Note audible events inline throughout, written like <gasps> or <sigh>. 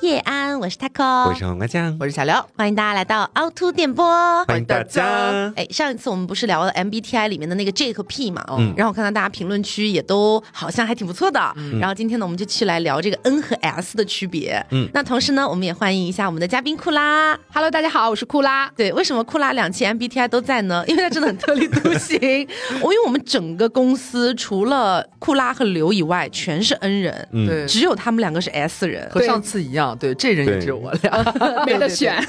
夜安，我是 Taco，我是黄瓜酱，我是小刘。欢迎大家来到凹凸电波。欢迎大家。哎，上一次我们不是聊了 MBTI 里面的那个 J 和 P 嘛？哦，嗯然后我看到大家评论区也都好像还挺不错的。然后今天呢，我们就去来聊这个 N 和 S 的区别。嗯那同时呢，我们也欢迎一下我们的嘉宾库拉。 Hello，大家好，我是库拉。对，为什么库拉两期 MBTI 都在呢？因 <laughs> 为他真的很特立独 <laughs> 行。我因为我们整个公司除了库拉和刘以外，全是 N 人，嗯对，只有他们两个是 S 人。和上次一样，对，这人也只有我 <laughs> 俩，没得对选。。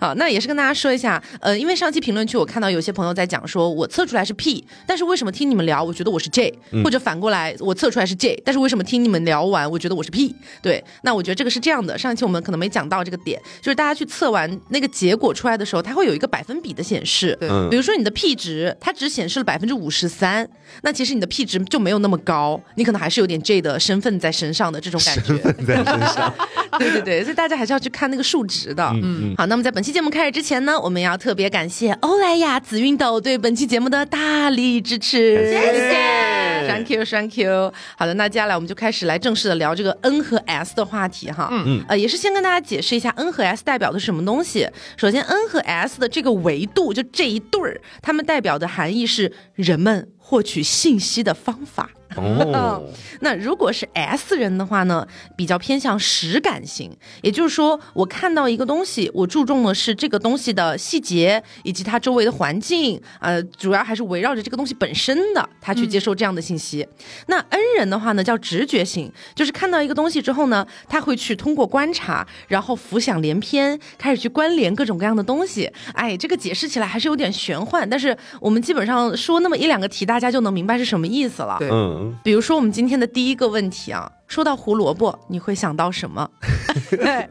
好，那也是跟大家说一下，呃，因为上期评论区我看到有些朋友在讲说，我测出来是 P，但是为什么听你们聊，我觉得我是 J，、或者反过来，我测出来是 J，但是为什么听你们聊完，我觉得我是 P？对，那我觉得这个是这样的，上一期我们可能没讲到这个点，就是大家去测完那个结果出来的时候，它会有一个百分比的显示，对嗯比如说你的 P 值，它只显示了百分之五十三，那其实你的 P 值就没有那么高，你可能还是有点 J 的身份在身上的这种感觉， <laughs> 在身上， <laughs> 对对对，所以大家还是要去看那个数值的。嗯嗯，好，那么在本期节目开始之前呢，我们要特别感谢欧莱雅紫熨斗对本期节目的大力支持，感谢，thank you，thank you。好的，那接下来我们就开始来正式的聊这个 N 和 S 的话题哈。嗯嗯呃，也是先跟大家解释一下 N 和 S 代表的是什么东西。首先，N 和 S 的这个维度，就这一对儿，它们代表的含义是人们获取信息的方法。哦，那如果是 S 人的话呢，比较偏向实感型，也就是说，我看到一个东西，我注重的是这个东西的细节以及它周围的环境，呃，主要还是围绕着这个东西本身的，他去接受这样的信息。那 N 人的话呢，叫直觉型，就是看到一个东西之后呢，他会去通过观察，然后浮想联翩，开始去关联各种各样的东西。哎，这个解释起来还是有点玄幻，但是我们基本上说那么一两个题，大家就能明白是什么意思了。对嗯，比如说我们今天的第一个问题啊，说到胡萝卜，你会想到什 <laughs> 么？哎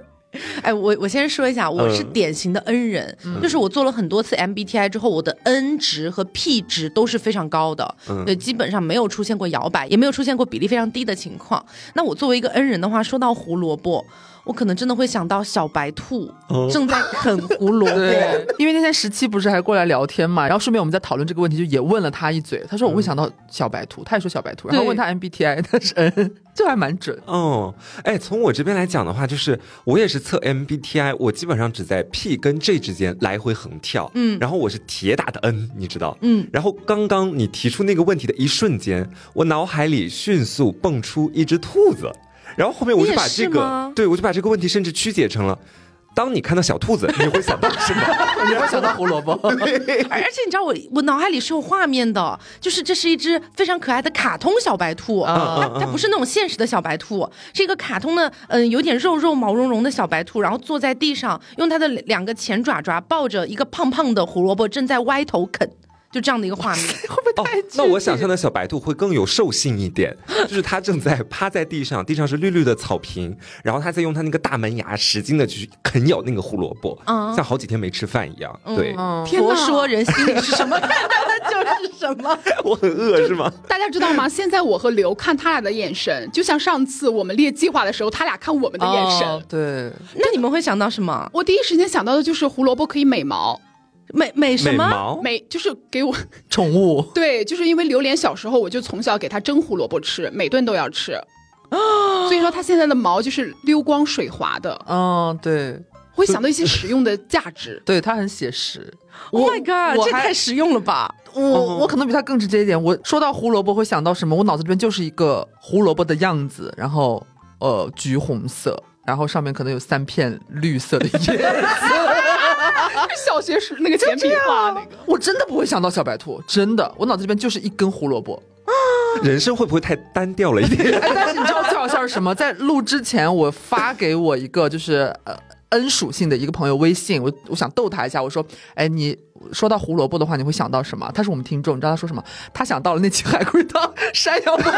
哎，我我先说一下，我嗯是典型的 N 人，就是我做了很多次 MBTI 之后，我的 N 值和 P 值都是非常高的，嗯对，基本上没有出现过摇摆，也没有出现过比例非常低的情况。那我作为一个 N 人的话，说到胡萝卜，我可能真的会想到小白兔、哦正在啃胡 <laughs> 萝卜。对，因为那天十七不是还过来聊天嘛，然后顺便我们在讨论这个问题，就也问了他一嘴。他说我会想到小白兔，他也说小白兔，然后对问他 MBTI，他是 N，这还蛮准。哦，哎，从我这边来讲的话，就是我也是测 MBTI，我基本上只在 P 跟 J 之间来回横跳，嗯，然后我是铁打的 N，你知道，嗯，然后刚刚你提出那个问题的一瞬间，我脑海里迅速蹦出一只兔子，然后后面我就把你也这是吗个，对我就把这个问题甚至曲解成了，当你看到小兔子，你会想到什么？你会想到胡 <laughs> 萝卜，而且你知道我我脑海里是有画面的，就是这是一只非常可爱的卡通小白兔，啊它它不是那种现实的小白兔，是一个卡通的，嗯、有点肉肉毛茸茸的小白兔，然后坐在地上，用它的两个前爪爪抱着一个胖胖的胡萝卜，正在歪头啃，就这样的一个画面。哦，那我想象的小白兔会更有兽性一点， <laughs> 就是它正在趴在地上，地上是绿绿的草坪，然后它在用它那个大门牙使劲的去啃咬那个胡萝卜，嗯像好几天没吃饭一样。 <laughs> 对，天佛哪嗯说人心里是什么，看 <laughs> 到的就是什 <laughs> 么。 <laughs> 哦我很饿是吗？大家知道吗？现在我和刘看他俩的眼神，就像上次我们列计划的时候，他俩看我们的眼神。哦对，那你们会想到什么？我第一时间想到的就是胡萝卜可以美毛，美美什美么？毛美就是给我 <laughs> 宠物对，就是因为榴莲小时候我就从小给它蒸胡萝卜吃，每顿都要吃，所以说它现在的毛就是溜光水滑的。嗯，对，。会想到一些实用的价值 <laughs> 对他很写实。 Oh my god！我这还太实用了吧！嗯我我可能比他更直接一点。我说到胡萝卜会想到什么？我脑子里边就是一个胡萝卜的样子，然后呃橘红色，然后上面可能有三片绿色的叶。啊小学时那个简笔画那个，我真的不会想到小白兔，真的，我脑子里边就是一根胡萝卜。人生会不会太单调了一 <laughs> 点？哎，但是你知道最好笑是什么？在录之前，我发给我一个就是呃 N 属性的一个朋友微信，我我想逗他一下，我说，哎，你说到胡萝卜的话，你会想到什么？他是我们听众，你知道他说什么？他想到了那期海龟汤山羊萝卜。胡 <laughs>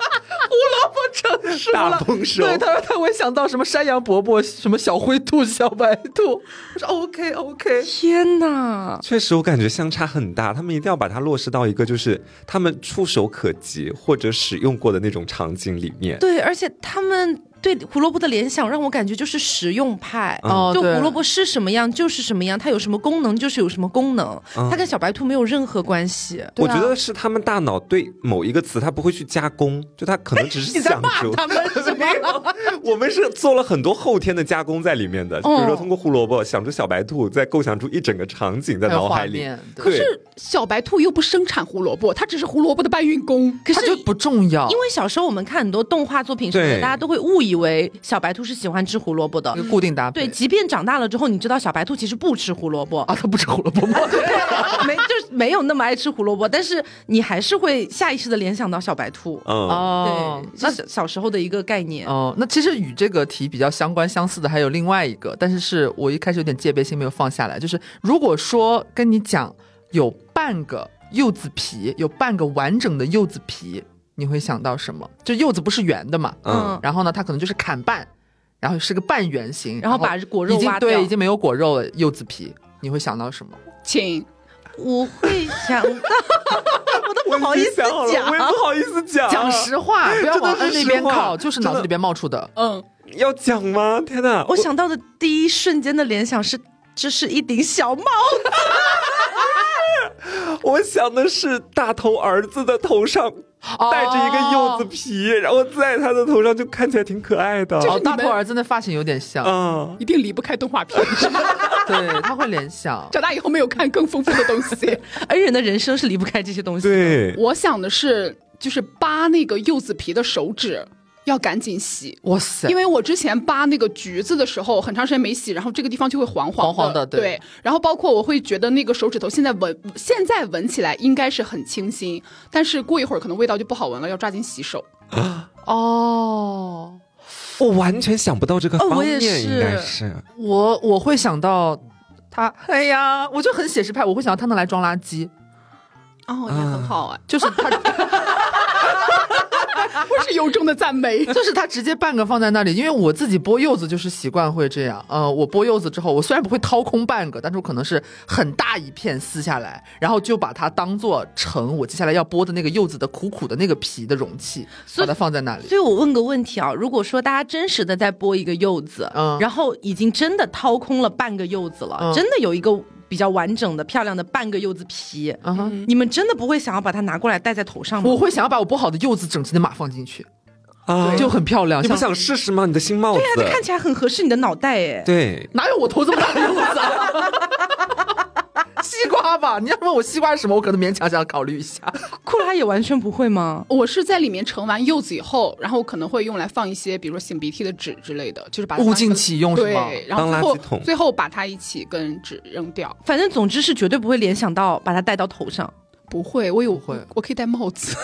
萝卜成熟了，大丰收对，他说他会想到什么山羊伯伯、什么小灰兔、小白兔。我说哦 OK OK，天哪！确实，我感觉相差很大。他们一定要把它落实到一个就是他们触手可及或者使用过的那种场景里面。对，而且他们对胡萝卜的联想让我感觉就是实用派。哦就对胡萝卜是什么样就是什么样，它有什么功能就是有什么功能，它跟小白兔没有任何关系。我觉得是他们大脑对某一个词，他不会去加工，就他可能只是想出。 <laughs> 他们什我们是做了很多后天的加工在里面的，比如说通过胡萝卜想出小白兔，再构想出一整个场景在还有脑画海里面。，对对，小白兔又不生产胡萝卜，它只是胡萝卜的搬运工。可它是就不重要， <laughs> 因为小时候我们看很多动画作品什么的，对大家都会误以为小白兔是喜欢吃胡萝卜的一。个固定搭配。对，即便长大了之后，你知道小白兔其实不吃胡萝卜，啊，它不吃胡萝卜吗？ <laughs> 没就是没有那么爱吃胡萝卜，但是你还是会下意识的联想到小白兔。嗯，哦对，，那这是小时候的一个概念。哦，那其实与这个题比较相关相似的还有另外一个，但是是我一开始有点戒备心没有放下来，就是如果说跟你讲有半个柚子皮，有半个完整的柚子皮，你会想到什么？就柚子不是圆的嘛，嗯然后呢，它可能就是砍半，然后是个半圆形，然后把果肉已经挖掉对，已经没有果肉了，柚子皮，你会想到什么？哦请我会想到，我都我不好意已经思想好了我也讲。不好意思讲，讲实话，不 <laughs> 要真的往是 N 那边实话靠，就是脑真子的里边冒出的。嗯，要讲吗？天哪，我想到的第一瞬间的联想是，这是一顶小帽 <laughs> 子。我想的是大头儿子的头上戴着一个柚子皮，然后在他的头上就看起来挺可爱的。哦，你大们头儿子那发型有点像，嗯，一定离不开动画片，对他会联想。长大以后没有看更丰富的东西。恩人的人生是离不开这些东西。对，我想的是，就是扒那个柚子皮的手指要赶紧洗， <laughs> 哇塞！因为我之前扒那个橘子的时候，很长时间没洗，然后这个地方就会黄黄黄黄的的，对然后包括我会觉得那个手指头现在闻，现在闻起来应该是很清新，但是过一会儿可能味道就不好闻了，要抓紧洗手。哦，我完全想不到这个哦方我也是面，应该是我我会想到他，哎呀，我就很写实派，我会想到他拿来装垃圾，哦，也很好哎、就是 <laughs> 他，。<laughs> 不是由衷的赞美 <laughs> 就是他直接半个放在那里，因为我自己剥柚子就是习惯会这样，呃，我剥柚子之后，我虽然不会掏空半个，但是我可能是很大一片撕下来，然后就把它当做盛我接下来要剥的那个柚子的苦苦的那个皮的容器，所把以它放在那里。所以我问个问题啊，如果说大家真实的在剥一个柚子，嗯然后已经真的掏空了半个柚子了，嗯真的有一个比较完整的、漂亮的半个柚子皮，嗯哼，你们真的不会想要把它拿过来戴在头上吗？我会想要把我剥好的柚子整齐的码放进去，啊，就很漂亮。你不像想试试吗？你的新帽子，它看起来很合适你的脑袋哎。对，哪有我头这么大的柚子啊？ <laughs> 西瓜吧，你要问我西瓜是什么，我可能勉强想考虑一下。库拉也完全不会吗？我是在里面盛完柚子以后，然后我可能会用来放一些，比如说擤鼻涕的纸之类的，就是把它物尽其用是吗？对，然后当最垃圾后桶最后把它一起跟纸扔掉。反正总之是绝对不会联想到把它戴到头上。不会，我有不会我可以戴帽子，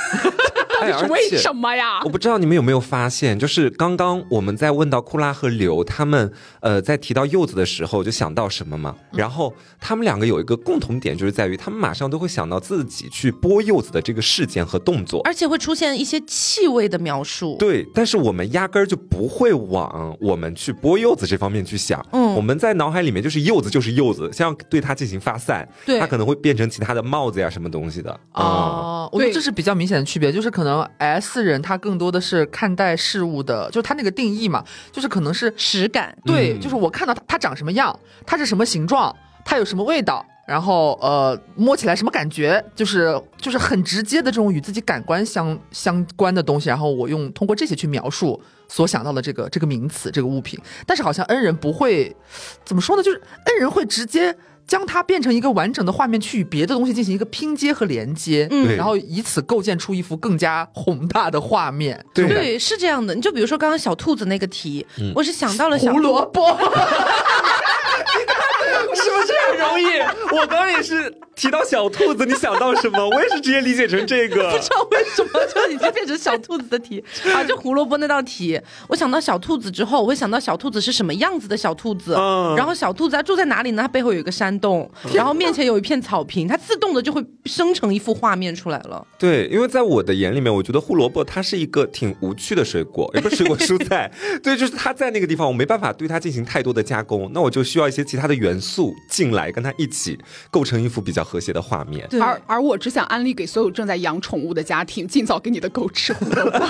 哎，是而为且什么呀我？不知道你们有没有发现，就是刚刚我们在问到库拉和刘他们，呃，在提到柚子的时候，就想到什么嘛？嗯然后他们两个有一个共同点，就是在于他们马上都会想到自己去剥柚子的这个事件和动作。而且会出现一些气味的描述。对，但是我们压根儿就不会往我们去剥柚子这方面去想，嗯我们在脑海里面就是柚子就是柚子，像对它进行发散，对它可能会变成其他的帽子呀什么东西的啊、哦，我觉得对这是比较明显的区别，就是可能 S 人他更多的是看待事物的，就是他那个定义嘛，就是可能是实感，对，嗯就是我看到它它长什么样，它是什么形状，它有什么味道，然后呃摸起来什么感觉，就是就是很直接的这种与自己感官相相关的东西，然后我用通过这些去描述所想到的这个这个名词这个物品，但是好像恩人不会怎么说呢，就是恩人会直接。将它变成一个完整的画面，去与别的东西进行一个拼接和连接，嗯对然后以此构建出一幅更加宏大的画面。对对，是这样的。你就比如说刚刚小兔子那个题，我是想到了小胡萝卜，是不是很容易？我刚刚也是提到小兔子，你想到什么？我也是直接理解成这个 <laughs> 不知道为什么就已经变成小兔子的题啊，就胡萝卜那道题，我想到小兔子之后，我会想到小兔子是什么样子的小兔子，嗯然后小兔子啊它住在哪里呢？它背后有一个山洞，然后面前有一片草坪，它自动的就会生成一幅画面出来了。对，因为在我的眼里面，我觉得胡萝卜它是一个挺无趣的水果， <laughs> 也不是水果蔬菜。对，就是它在那个地方，我没办法对它进行太多的加工，那我就需要一些其他的元素进来，跟它一起构成一幅比较和谐的画面。对而而我只想安利给所有正在养宠物的家庭，尽早给你的狗 <laughs> 吃胡萝卜。 <laughs>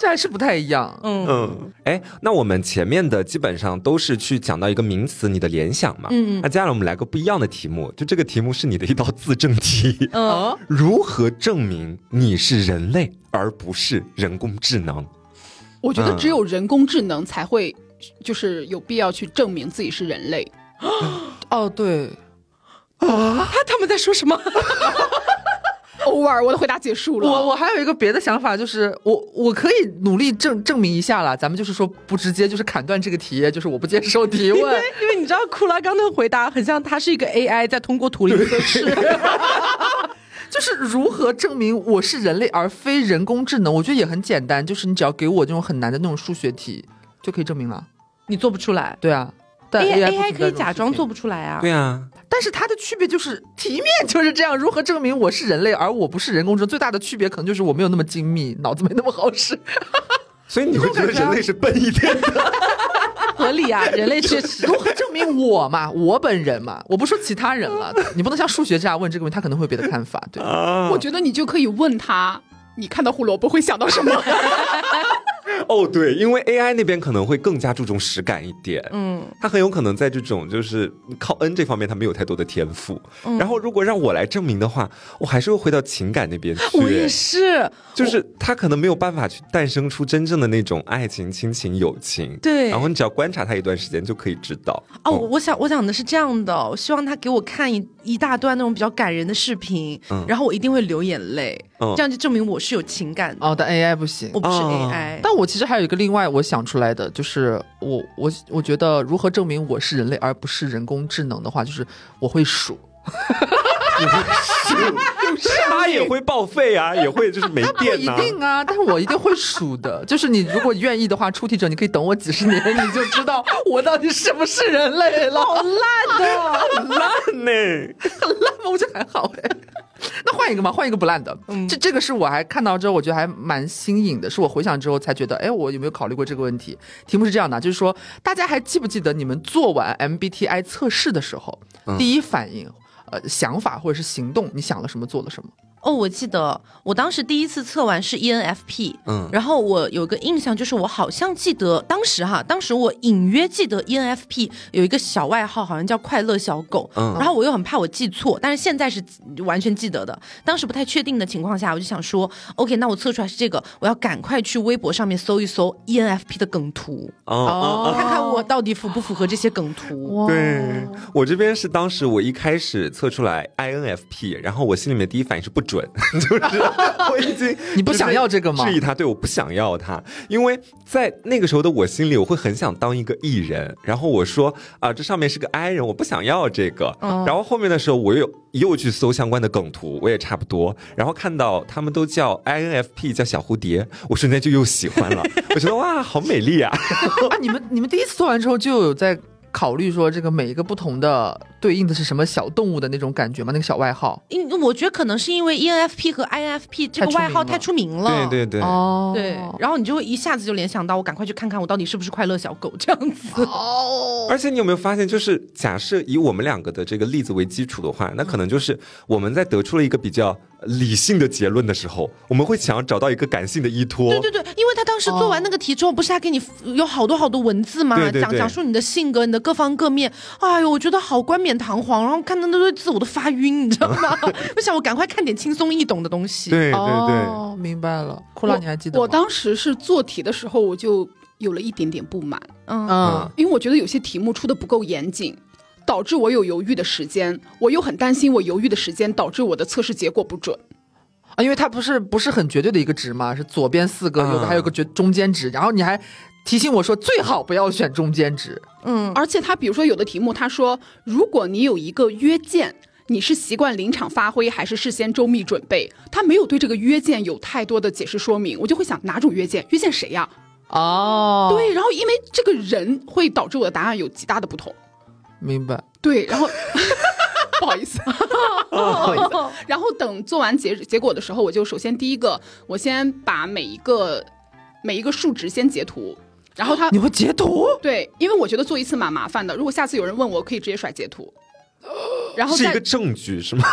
这还是不太一样。嗯嗯，哎，那我们前面的基本上都是去讲到一个名词，你的联想嘛。嗯，那接下来我们来个不一样的题目，就这个题目是你的一道自证题，嗯，啊如何证明你是人类而不是人工智能？我觉得嗯只有人工智能才会，就是有必要去证明自己是人类。哦，对，啊，他们在说什么？ over，我的回答结束了。我我还有一个别的想法，就是我我可以努力证证明一下啦。咱们就是说不直接就是砍断这个题，就是我不接受提因为问。 <laughs> 因为你知道库拉刚的回答很像他是一个 AI 在通过图灵测试， <laughs> 就是如何证明我是人类而非人工智能？我觉得也很简单，就是你只要给我这种很难的那种数学题就可以证明了。你做不出来。对啊，但 AI AI 不存在 AI 可这以种假事装情做，不出来啊。对啊，但是它的区别就是题面就是这样。如何证明我是人类而我不是人工智能？最大的区别可能就是我没有那么精密，脑子没那么好使。所以你会觉得人类是笨一点的。合理 <laughs> 啊，人类确实如何证明我嘛？ <laughs> 我本人嘛，我不说其他人了。你不能像数学这样问这个问题，他可能会有别的看法。对，啊我觉得你就可以问他，你看到胡萝卜会想到 <laughs> 什么？ <laughs> 哦，对，因为 AI 那边可能会更加注重实感一点，嗯，他很有可能在这种就是靠 N 这方面他没有太多的天赋。嗯然后如果让我来证明的话，我还是会回到情感那边去。我也是，就是他可能没有办法去诞生出真正的那种爱情、亲情、友情。对然后你只要观察他一段时间就可以知道。哦，我我想我想的是这样的，我希望他给我看一一大段那种比较感人的视频，嗯然后我一定会流眼泪，嗯这样就证明我是有情感的，哦，但 AI 不行我。不是哦 AI。但我其实还有一个另外我想出来的，就是我我我觉得如何证明我是人类而不是人工智能的话，就是我会数。 <laughs> 他也会报废啊，也会就是没不电一 <laughs> 呐、定啊，但是我一定会数的。就是你如果愿意的话，出题者你可以等我几十年，你就知道我到底是不是人类了。好烂的， <laughs> 烂呢。很 <laughs> 烂吗？我觉得还好哎。 <laughs> 那换一个嘛，换一个不烂的。这这个是我还看到之后，我觉得还蛮新颖的，是我回想之后才觉得，哎，我有没有考虑过这个问题？题目是这样的，啊就是说大家还记不记得你们做完 MBTI 测试的时候，第一反应？呃，想法或者是行动，你想了什么，做了什么？哦，我记得我当时第一次测完是 E ENFP，嗯然后我有个印象就是我好像记得当时哈，当时我隐约记得 E ENFP 有一个小外号，好像叫快乐小狗，嗯然后我又很怕我记错，但是现在是完全记得的。当时不太确定的情况下，我就想说，OK，那我测出来是这个，我要赶快去微博上面搜一搜 E ENFP 的梗图，哦，看看我到底符不符合这些梗图。哇对我这边是当时我一开始测出来 INFP，然后我心里面第一反应是不准， <laughs> 就是我已经 <laughs> 你不想要这个吗质疑他，对，我不想要他，因为在那个时候的我心里，我会很想当一个艺人，然后我说啊、这上面是个 I 人，我不想要这个。哦然后后面的时候，我又又去搜相关的梗图，我也差不多，然后看到他们都叫 INFP 叫小蝴蝶，我瞬间就又喜欢 <laughs> 了，我觉得哇，好美丽啊！啊，你们你们第一次做完之后就有在考虑说这个每一个不同的对应的是什么小动物的那种感觉吗？那个小外号？因我觉得可能是因为 E ENFP 和 INFP 这个外号太太出名了，对 <laughs> 对对，哦对，然后你就会一下子就联想到，我赶快去看看我到底是不是快乐小狗这样子。而且你有没有发现，就是假设以我们两个的这个例子为基础的话，那可能就是我们在得出了一个比较理性的结论的时候，我们会想要找到一个感性的依托。 <laughs> 对对对，因为他当时做完那个题之后，不是他给你有好多好多文字嘛，对对对讲讲述你的性格、你的各方各面。哎呦，我觉得好冠冕堂皇，然后看到那堆字我都发晕，你知道 <laughs> 吗？我想我赶快看点轻松易懂的东西。对对对哦，明白了。库拉，你还记得吗我当时是做题的时候，我就有了一点点不满，嗯，嗯因为我觉得有些题目出的不够严谨。导致我有犹豫的时间，我又很担心我犹豫的时间导致我的测试结果不准。啊，因为它不是不是很绝对的一个值嘛，是左边四个，有嗯的还有个绝中间值，然后你还提醒我说最好不要选中间值。嗯而且他比如说有的题目，他说如果你有一个约见，你是习惯临场发挥还是事先周密准备？他没有对这个约见有太多的解释说明，我就会想哪种约见？约见谁呀、哦，，对，然后因为这个人会导致我的答案有极大的不同。明白。 <laughs> 对， <laughs> 然后不好意思，不好意思。然后等做完结结果的时候，我就首先第一个，我先把每一个每一个数值先截图，然后他你会截图？对，因为我觉得做一次蛮麻烦的，如果下次有人问我，我可以直接甩截图。 <laughs> 然后是一再个证据是吗？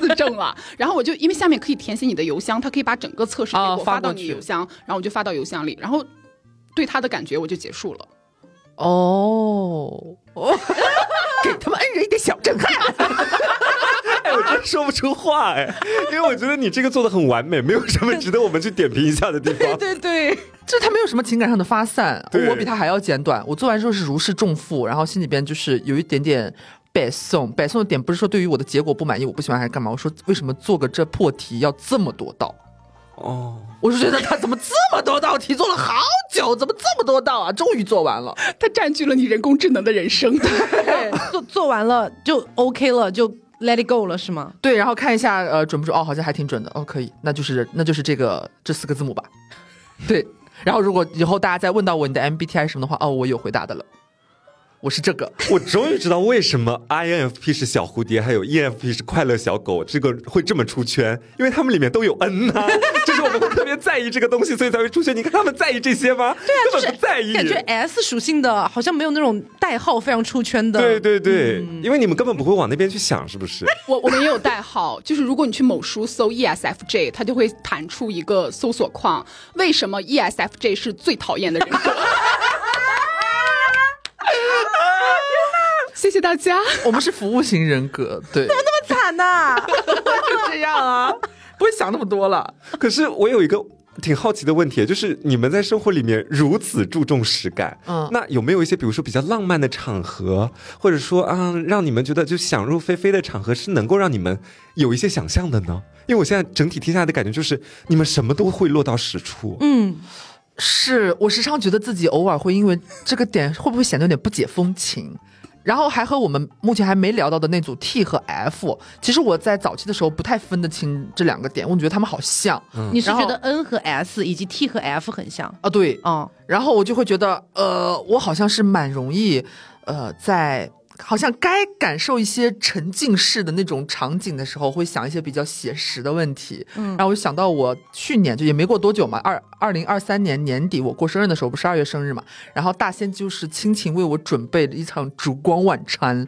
自证了，然后我就因为下面可以填写你的邮箱，他可以把整个测试结啊果发发到过你去邮箱，然后我就发到邮箱里，然后对他的感觉我就结束了。哦，哦，给 <laughs> 他们恩人一点小震 <laughs> 撼。哎，我真说不出话哎，因为我觉得你这个做的很完美，没有什么值得我们去点评一下的地方。对对，这他没有什么情感上的发散，对我比他还要简短。我做完之后是如释重负，然后心里边就是有一点点北宋，北宋的点不是说对于我的结果不满意，我不喜欢还是干嘛？我说为什么做个这破题要这么多道？哦，我是觉得他怎么这么多道题，做了好久，怎么这么多道啊？终于做完了，它占据了你人工智能的人生。 <laughs> 做做完了就 OK 了，就 let it go 了是吗？对，然后看一下呃准不准？哦，好像还挺准的，哦，可以，那就是那就是这个这四个字母吧， <laughs> 对。然后如果以后大家再问到我你的 MBTI 什么的话，哦，我有回答的了，我是这个。 <laughs> 我终于知道为什么 INFP 是小蝴蝶，还有 E ENFP 是快乐小狗，这个会这么出圈，因为他们里面都有 N <laughs> 呐、就是我们会特别在意这个东西，所以才会出圈。你看他们在意这些吗？对啊就根是本不在意。感觉 S 属性的好像没有那种代号非常出圈的。对对对，嗯因为你们根本不会往那边去想，是不是？我我们也有代号，就是如果你去某书搜 E ESFJ，它就会弹出一个搜索框，为什么 E ESFJ 是最讨厌的人格？ <laughs> 谢谢大家。我们是服务型人格， <laughs> 对，这么惨 <laughs> 呐、就这样啊，不会想那么多了。可是我有一个挺好奇的问题，就是你们在生活里面如此注重实感，嗯那有没有一些比如说比较浪漫的场合，或者说啊，让你们觉得就想入非非的场合，是能够让你们有一些想象的呢？因为我现在整体听下来的感觉就是，你们什么都会落到实处。嗯，是我时常觉得自己偶尔会因为这个点，会不会显得有点不解风情？然后还和我们目前还没聊到的那组 T 和 F，其实我在早期的时候不太分得清这两个点，我觉得他们好像你是嗯然后觉得 N 和 S 以及 T 和 F 很像？啊，对，哦，然后我就会觉得，呃，我好像是蛮容易，呃，在好像该感受一些沉浸式的那种场景的时候，会想一些比较写实的问题。嗯，然后我就想到我去年就也没过多久嘛，二二零二三年年底我过生日的时候，不是二月生日嘛，然后大仙就是亲情为我准备了一场烛光晚餐，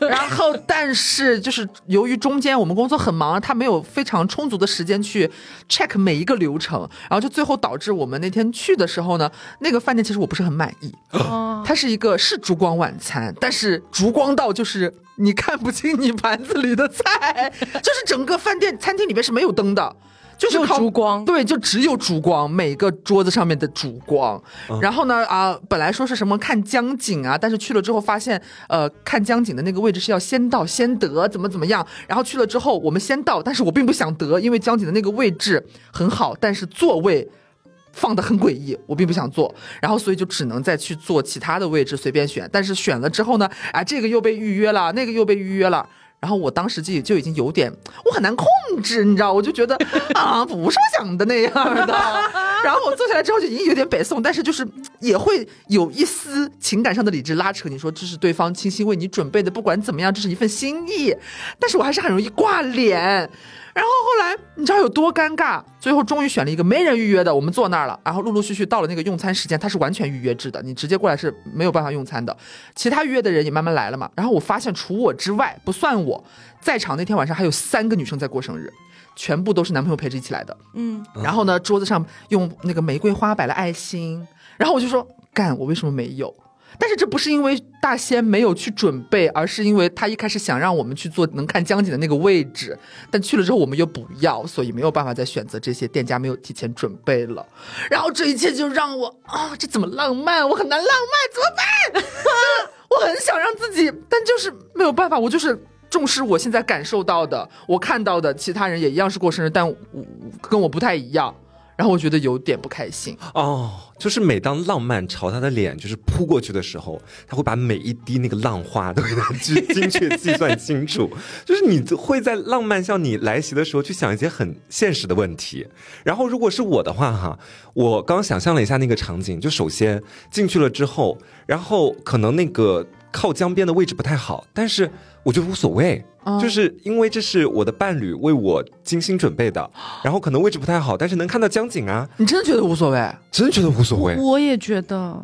然后但是就是由于中间我们工作很忙，他没有非常充足的时间去 check 每一个流程，然后就最后导致我们那天去的时候呢，那个饭店其实我不是很满意，哦，它是一个是烛光晚餐，但是烛光到就是你看不清你盘子里的菜， <laughs> 就是整个饭店餐厅里面是没有灯的。就是只有靠烛光对，就只有烛光，每个桌子上面的烛光。然后呢，啊、本来说是什么看江景啊，但是去了之后发现，呃，看江景的那个位置是要先到先得，怎么怎么样。然后去了之后，我们先到，但是我并不想得，因为江景的那个位置很好，但是座位放的很诡异，我并不想坐，然后所以就只能再去坐其他的位置随便选。但是选了之后呢，啊，这个又被预约了，那个又被预约了。然后我当时就就已经有点，我很难控制，你知道，我就觉得 <laughs> 啊，不是我想的那样的。 <laughs> 然后我坐下来之后就已经有点北宋，但是就是也会有一丝情感上的理智拉扯。你说这是对方精心为你准备的，不管怎么样，这是一份心意，但是我还是很容易挂脸。然后后来你知道有多尴尬？最后终于选了一个没人预约的，我们坐那儿了。然后陆陆续续到了那个用餐时间，它是完全预约制的，你直接过来是没有办法用餐的。其他预约的人也慢慢来了嘛。然后我发现除我之外，不算我在场那天晚上还有三个女生在过生日，全部都是男朋友陪着一起来的。嗯，然后呢，桌子上用那个玫瑰花摆了爱心，然后我就说，干，我为什么没有？但是这不是因为大仙没有去准备，而是因为他一开始想让我们去做能看江景的那个位置，但去了之后我们又不要，所以没有办法再选择这些店家没有提前准备了。然后这一切就让我啊、这怎么浪漫？我很难浪漫，怎么办？就是我很想让自己，但就是没有办法，我就是。重视我现在感受到的，我看到的，其他人也一样是过生日，但我跟我不太一样，然后我觉得有点不开心。哦，就是每当浪漫朝他的脸就是扑过去的时候，他会把每一滴那个浪花都给他精精确计算清楚。 <laughs> 就是你会在浪漫向你来袭的时候去想一些很现实的问题。然后如果是我的话哈，我刚想象了一下那个场景，就首先进去了之后，然后可能那个靠江边的位置不太好，但是我觉得无所谓。就是因为这是我的伴侣为我精心准备的，然后可能位置不太好，但是能看到江景啊，你真的觉得无所谓？真觉得无所谓。我也觉得，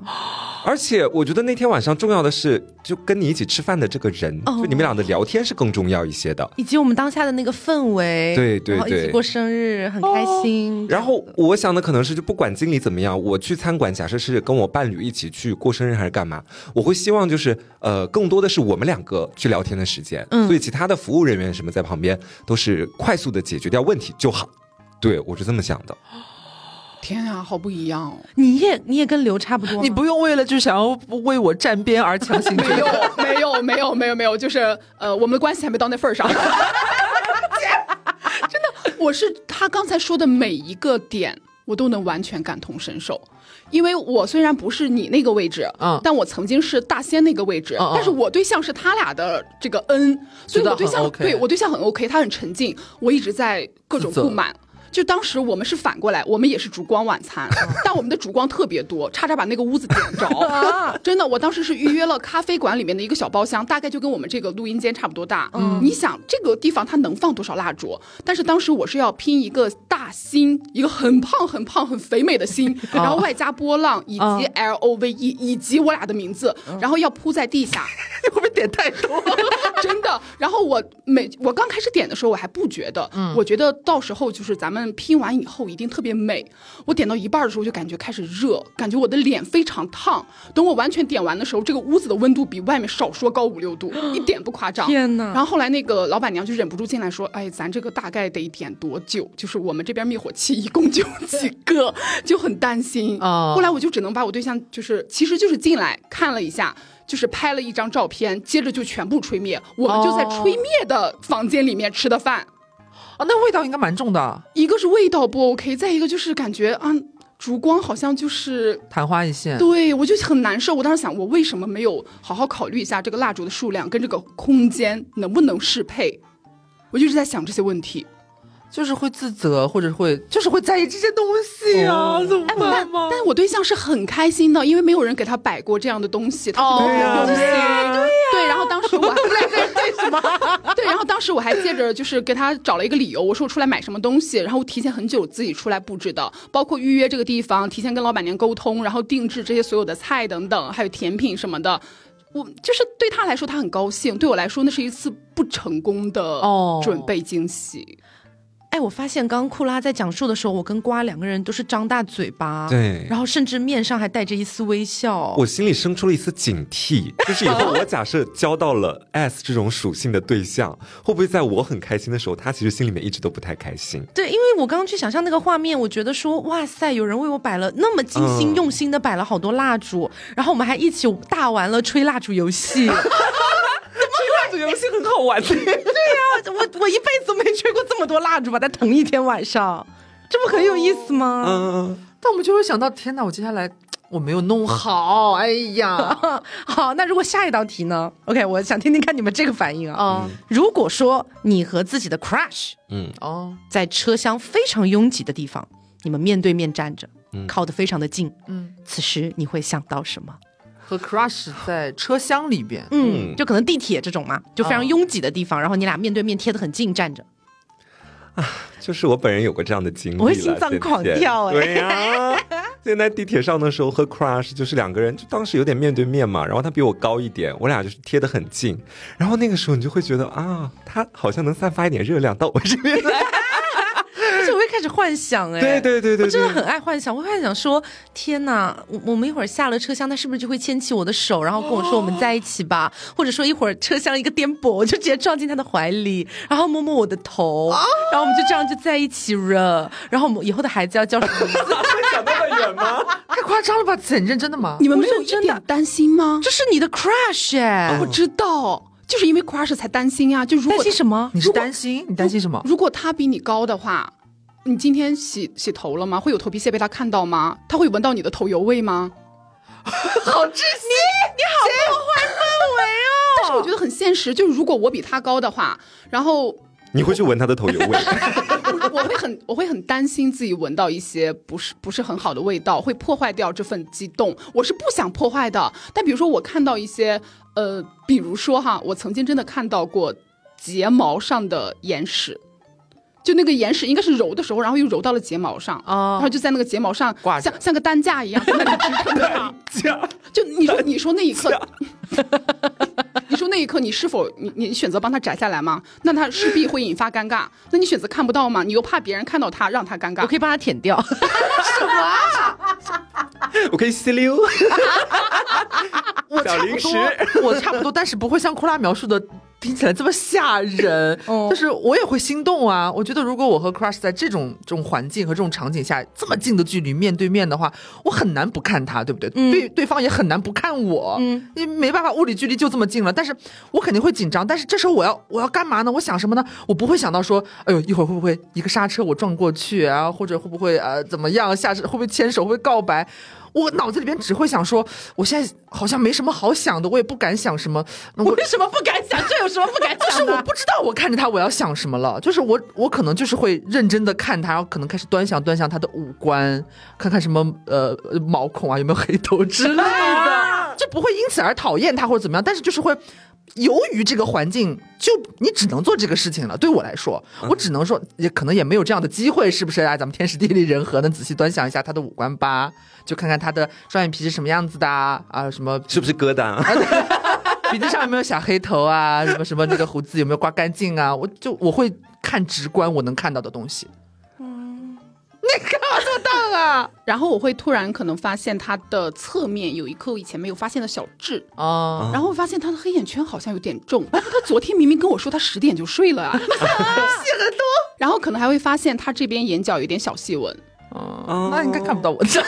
而且我觉得那天晚上重要的是，就跟你一起吃饭的这个人，哦就你们俩的聊天是更重要一些的。以及我们当下的那个氛围，对对然后一起对过生日，很开心。然后我想的可能是，就不管经理怎么样，我去餐馆，假设是跟我伴侣一起去过生日还是干嘛，我会希望就是呃，更多的是我们两个去聊天的时间，嗯所以其他的服务人员什么在旁边都是快速的解决掉问题就好。对我是这么想的，天啊，好不一样哦！你也你也跟刘差不多吗，你不用为了就想要为我站边而强 <laughs> 行没有，没有，没有，没有，没有，就是呃，我们的关系还没到那份儿上。 <laughs> 真的，我是他刚才说的每一个点，我都能完全感同身受，因为我虽然不是你那个位置，嗯但我曾经是大仙那个位置，嗯嗯但是我对象是他俩的这个恩，所知以道我对象、很 OK 对我对象很 OK，他很沉静，我一直在各种自责不满。就当时我们是反过来，我们也是烛光晚餐， <laughs> 但我们的烛光特别多，差点把那个屋子点着。 <laughs> 真的，我当时是预约了咖啡馆里面的一个小包厢，大概就跟我们这个录音间差不多大。你想这个地方它能放多少蜡烛？但是当时我是要拼一个大心，一个很胖很胖很肥美的心，然后外加波浪以及 L O V E 以及我俩的名字，然后要铺在地下。会不会点太 <laughs> 多？ <laughs> 真的。然后我每我刚开始点的时候，我还不觉得，嗯我觉得到时候就是咱们拼完以后一定特别美。我点到一半的时候就感觉开始热，感觉我的脸非常烫。等我完全点完的时候，这个屋子的温度比外面少说高五六 <gasps> 度，一点不夸张。天哪然后后来那个老板娘就忍不住进来说：“哎，咱这个大概得点多久？就是我们这边灭火器一共就几个，就很担心。”哦后来我就只能把我对象就是其实就是进来看了一下。就是拍了一张照片，接着就全部吹灭。我们就在吹灭的房间里面吃的饭，啊，那味道应该蛮重的，一个是味道不 OK，再一个就是感觉啊，烛光好像就是昙花一现。对我就很难受。我当时想，我为什么没有好好考虑一下这个蜡烛的数量跟这个空间能不能适配？我就是在想这些问题。就是会自责，或者会就是会在意这些东西啊，哦怎么办但嘛？但我对象是很开心的，因为没有人给他摆过这样的东西，他哦可能对呀有对呀对对。然后当时我对什么？ <laughs> 对，然后当时我还借着就是给他找了一个理由，我说我出来买什么东西，然后我提前很久自己出来布置的，包括预约这个地方，提前跟老板娘沟通，然后定制这些所有的菜等等，还有甜品什么的。我就是对他来说，他很高兴；对我来说，那是一次不成功的哦准备惊喜。哎，我发现刚刚库拉在讲述的时候，我跟瓜两个人都是张大嘴巴，对然后甚至面上还带着一丝微笑。我心里生出了一丝警 <laughs> 惕，就是以后我假设交到了 S 这种属性的对象，会不会在我很开心的时候，他其实心里面一直都不太开心？对，因为我刚刚去想象那个画面，我觉得说，哇塞，有人为我摆了那么精心嗯用心的摆了好多蜡烛，然后我们还一起大玩了吹蜡烛游戏。吹蜡烛游戏很好玩的。对呀、 <laughs> 我我一辈子都没吹过这么多蜡烛吧，在同一天晚上，这不很有意思吗？嗯，但我们就会想到，天哪，我接下来我没有弄好，哎 <laughs> 呀，好，那如果下一道题呢？OK，我想听听看你们这个反应啊。啊，如果说你和自己的 crush 嗯，哦，在车厢非常拥挤的地方，你们面对面站着，靠得非常的近，嗯，此时你会想到什么？和 crush 在车厢里边，嗯，嗯就可能地铁这种嘛，就非常拥挤的地方，然后你俩面对面贴得很近站着，就是我本人有过这样的经历了，我会心脏狂跳哎哎、对呀、现在地铁上的时候和 crush 就是两个人，就当时有点面对面嘛，然后他比我高一点，我俩就是贴得很近，然后那个时候你就会觉得啊，他好像能散发一点热量到我这边来，而且我会开始幻想哎， <laughs> 对对对对我真的对很爱幻想，我会幻想说，天哪，我我们一会儿下了车厢，他是不是就会牵起我的手，然后跟我说我们在一起吧？或者说一会儿车厢一个颠簸，我就直接撞进他的怀里，然后摸摸我的头，然后我们就这样就在一起了。然后我们以后的孩子要叫什么名字？会想那么远吗？ <laughs> 太夸张了吧？很认真的吗？你们没有不一哦是真的点担心吗？这是你的 crush 哎、啊我知道，就是因为 crush 才担心啊。就如担果心什么？你是担心？你担心什么？如果他比你高的话，你今天洗洗头了吗？会有头皮屑被他看到吗？他会闻到你的头油味吗？ <laughs> 好窒息！啊但是我觉得很现实，就是如果我比他高的话，然后你会去闻他的头油 <laughs> 味？我我会很我会很担心自己闻到一些不是不是很好的味道，会破坏掉这份激动。我是不想破坏的，但比如说我看到一些呃，比如说哈，我曾经真的看到过睫毛上的眼屎。就那个眼屎应该是揉的时候，然后又揉到了睫毛上，哦然后就在那个睫毛上挂着像像个担 <laughs> 架一样在那里支撑着它。就你说你说那一刻， <laughs> 你说那一刻你是否你你选择帮他摘下来吗？那他势必会引发尴尬。那你选择看不到吗？你又怕别人看到他让他尴我尬可。以帮他舔掉。我可以吸溜。我小差不零食多，我差不多，但是不会像库拉描述的听起来这么 <laughs> 吓人，哦就是我也会心动啊。我觉得如果我和 Crush 在这种这种环境和这种场景下这么近的距离面对面的话，我很难不看他，对不对？嗯对，对方也很难不看我，嗯，因为没办法，物理距离就这么近了。但是我肯定会紧张，但是这时候我要我要干嘛呢？我想什么呢？我不会想到说，哎呦，一会儿会不会一个刹车我撞过去啊，或者会不会呃怎么样，下次会不会牵手，会不会告白？我脑子里边只会想说，我现在好像没什么好想的，我也不敢想什么。那我为什么不敢想？这有什么不敢就是想我的？不知道我看着他我要想什么了，就是我我可能就是会认真的看他，然后可能开始端详端详他的五官，看看什么呃毛孔啊有没有黑头之类的，就不会因此而讨厌他或者怎么样，但是就是会。由于这个环境，就你只能做这个事情了。对我来说，我只能说，也可能也没有这样的机会，是不是？哎，咱们天时地利人和，能仔细端详一下他的五官吧，就看看他的双眼皮是什么样子的啊，啊什么是不是疙瘩啊？ <laughs> 鼻子上有没有小黑头啊？什么什么那个胡子有没有刮干净啊？我就我会看直观我能看到的东西。然后我会突然可能发现他的侧面有一颗我以前没有发现的小痣，哦，然后我发现他的黑眼圈好像有点重，他昨天明明跟我说他十点就睡了啊， <laughs> 写的多。然后可能还会发现他这边眼角有点小细纹，哦那应该看不到我的。 <laughs>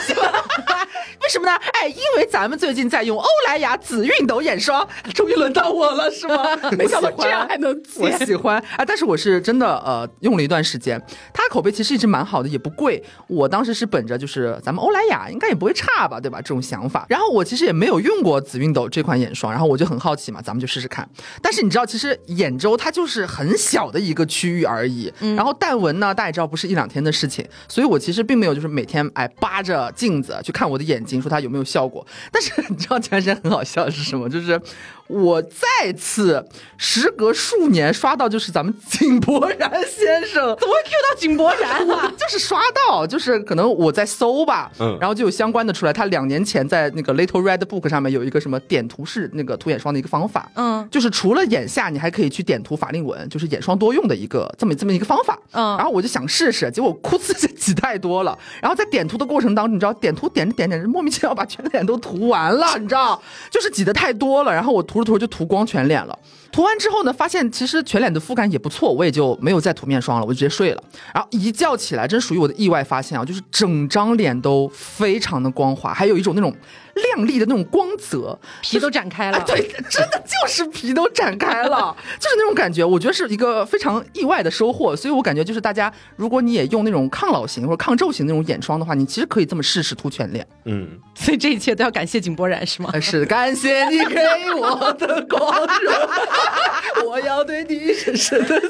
为什么呢？哎，因为咱们最近在用欧莱雅紫熨斗眼霜，终于轮到我了，是吗？没没想到这样还能我接。喜欢啊，但是我是真的呃用了一段时间，它口碑其实一直蛮好的，也不贵。我当时是本着就是咱们欧莱雅应该也不会差吧，对吧这种想法。然后我其实也没有用过紫熨斗这款眼霜，然后我就很好奇嘛，咱们就试试看。但是你知道，其实眼周它就是很小的一个区域而已，然后淡纹呢，大家也知道不是一两天的事情，所以我其实并没有就是每天哎扒着镜子去看我的眼睛，说它有没有效果。但是你知道，前段时间很好笑的是什么？就是我再次时隔数年刷到，就是咱们井柏然先生，怎么会 Q 到井柏然了、就是刷到，就是可能我在搜吧，嗯然后就有相关的出来。他两年前在那个 Little Red Book 上面有一个什么点涂式那个涂眼霜的一个方法，嗯就是除了眼下，你还可以去点涂法令纹，就是眼霜多用的一个这么这么一个方法。嗯然后我就想试试，结果哭呲就挤太多了。然后在点涂的过程当中，你知道点涂点着点着，莫名其妙把全脸都涂完 <laughs> 了，你知道，就是挤得太多了。然后我涂着涂着就涂光全脸了。涂完之后呢，发现其实全脸的肤感也不错，我也就没有再涂面霜了，我就直接睡了。然后一觉起来，真属于我的意外发现啊，就是整张脸都非常的光滑，还有一种那种亮丽的那种光泽，皮都展开了。哎，对，真的就是皮都展开了， <laughs> 就是那种感觉。我觉得是一个非常意外的收获，所以我感觉就是大家，如果你也用那种抗老型或者抗皱型那种眼霜的话，你其实可以这么试试涂全脸。嗯，所以这一切都要感谢井柏然，是吗？呃是感谢你给我的光荣，我要对你深深的去。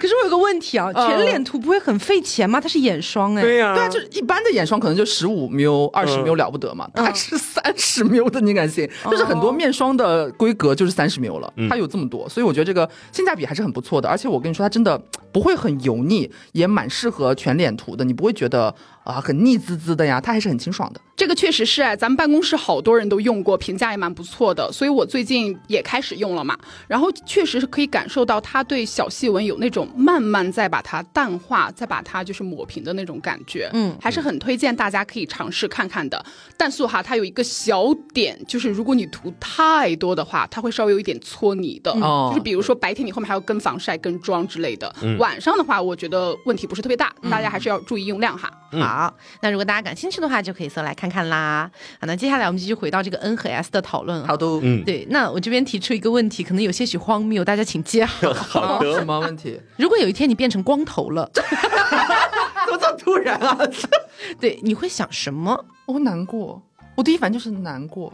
可是我有个问题啊，嗯全脸涂不会很费钱吗？它是眼霜哎、对呀、对啊，就是一般的眼霜可能就十五 ml、二十 ml 了不得嘛，它是 <laughs> 三十 ml 的，你敢信？就是很多面霜的规格就是三十 ml 了，它有这么多，所以我觉得这个性价比还是很不错的。而且我跟你说，它真的不会很油腻，也蛮适合全脸涂的，你不会觉得啊很腻滋滋的呀，它还是很清爽的。这个确实是哎，咱们办公室好多人都用过，评价也蛮不错的，所以我最近也开始用了嘛。然后确实是可以感受到它对小细纹有那种慢慢在把它淡化，再把它就是抹平的那种感觉。嗯，还是很推荐大家可以尝试看看的。但素哈它有一个小点，就是如果你涂太多的话，它会稍微有一点搓泥的。哦就是比如说白天你后面还要跟防晒、跟妆之类的，晚上的话，我觉得问题不是特别大，大家还是要注意用量哈。嗯好，那如果大家感兴趣的话，就可以搜来看看啦。好，那接下来我们继续回到这个 N 和 S 的讨论啊。 <laughs> 好的，嗯，对，那我这边提出一个问题，可能有些许荒谬，大家请接 <laughs> 好。好什的，么问题？如果有一天你变成光头了， <laughs> 怎么这么突然啊？ <laughs> 对，你会想什么？我会难过，我第一反应就是难过，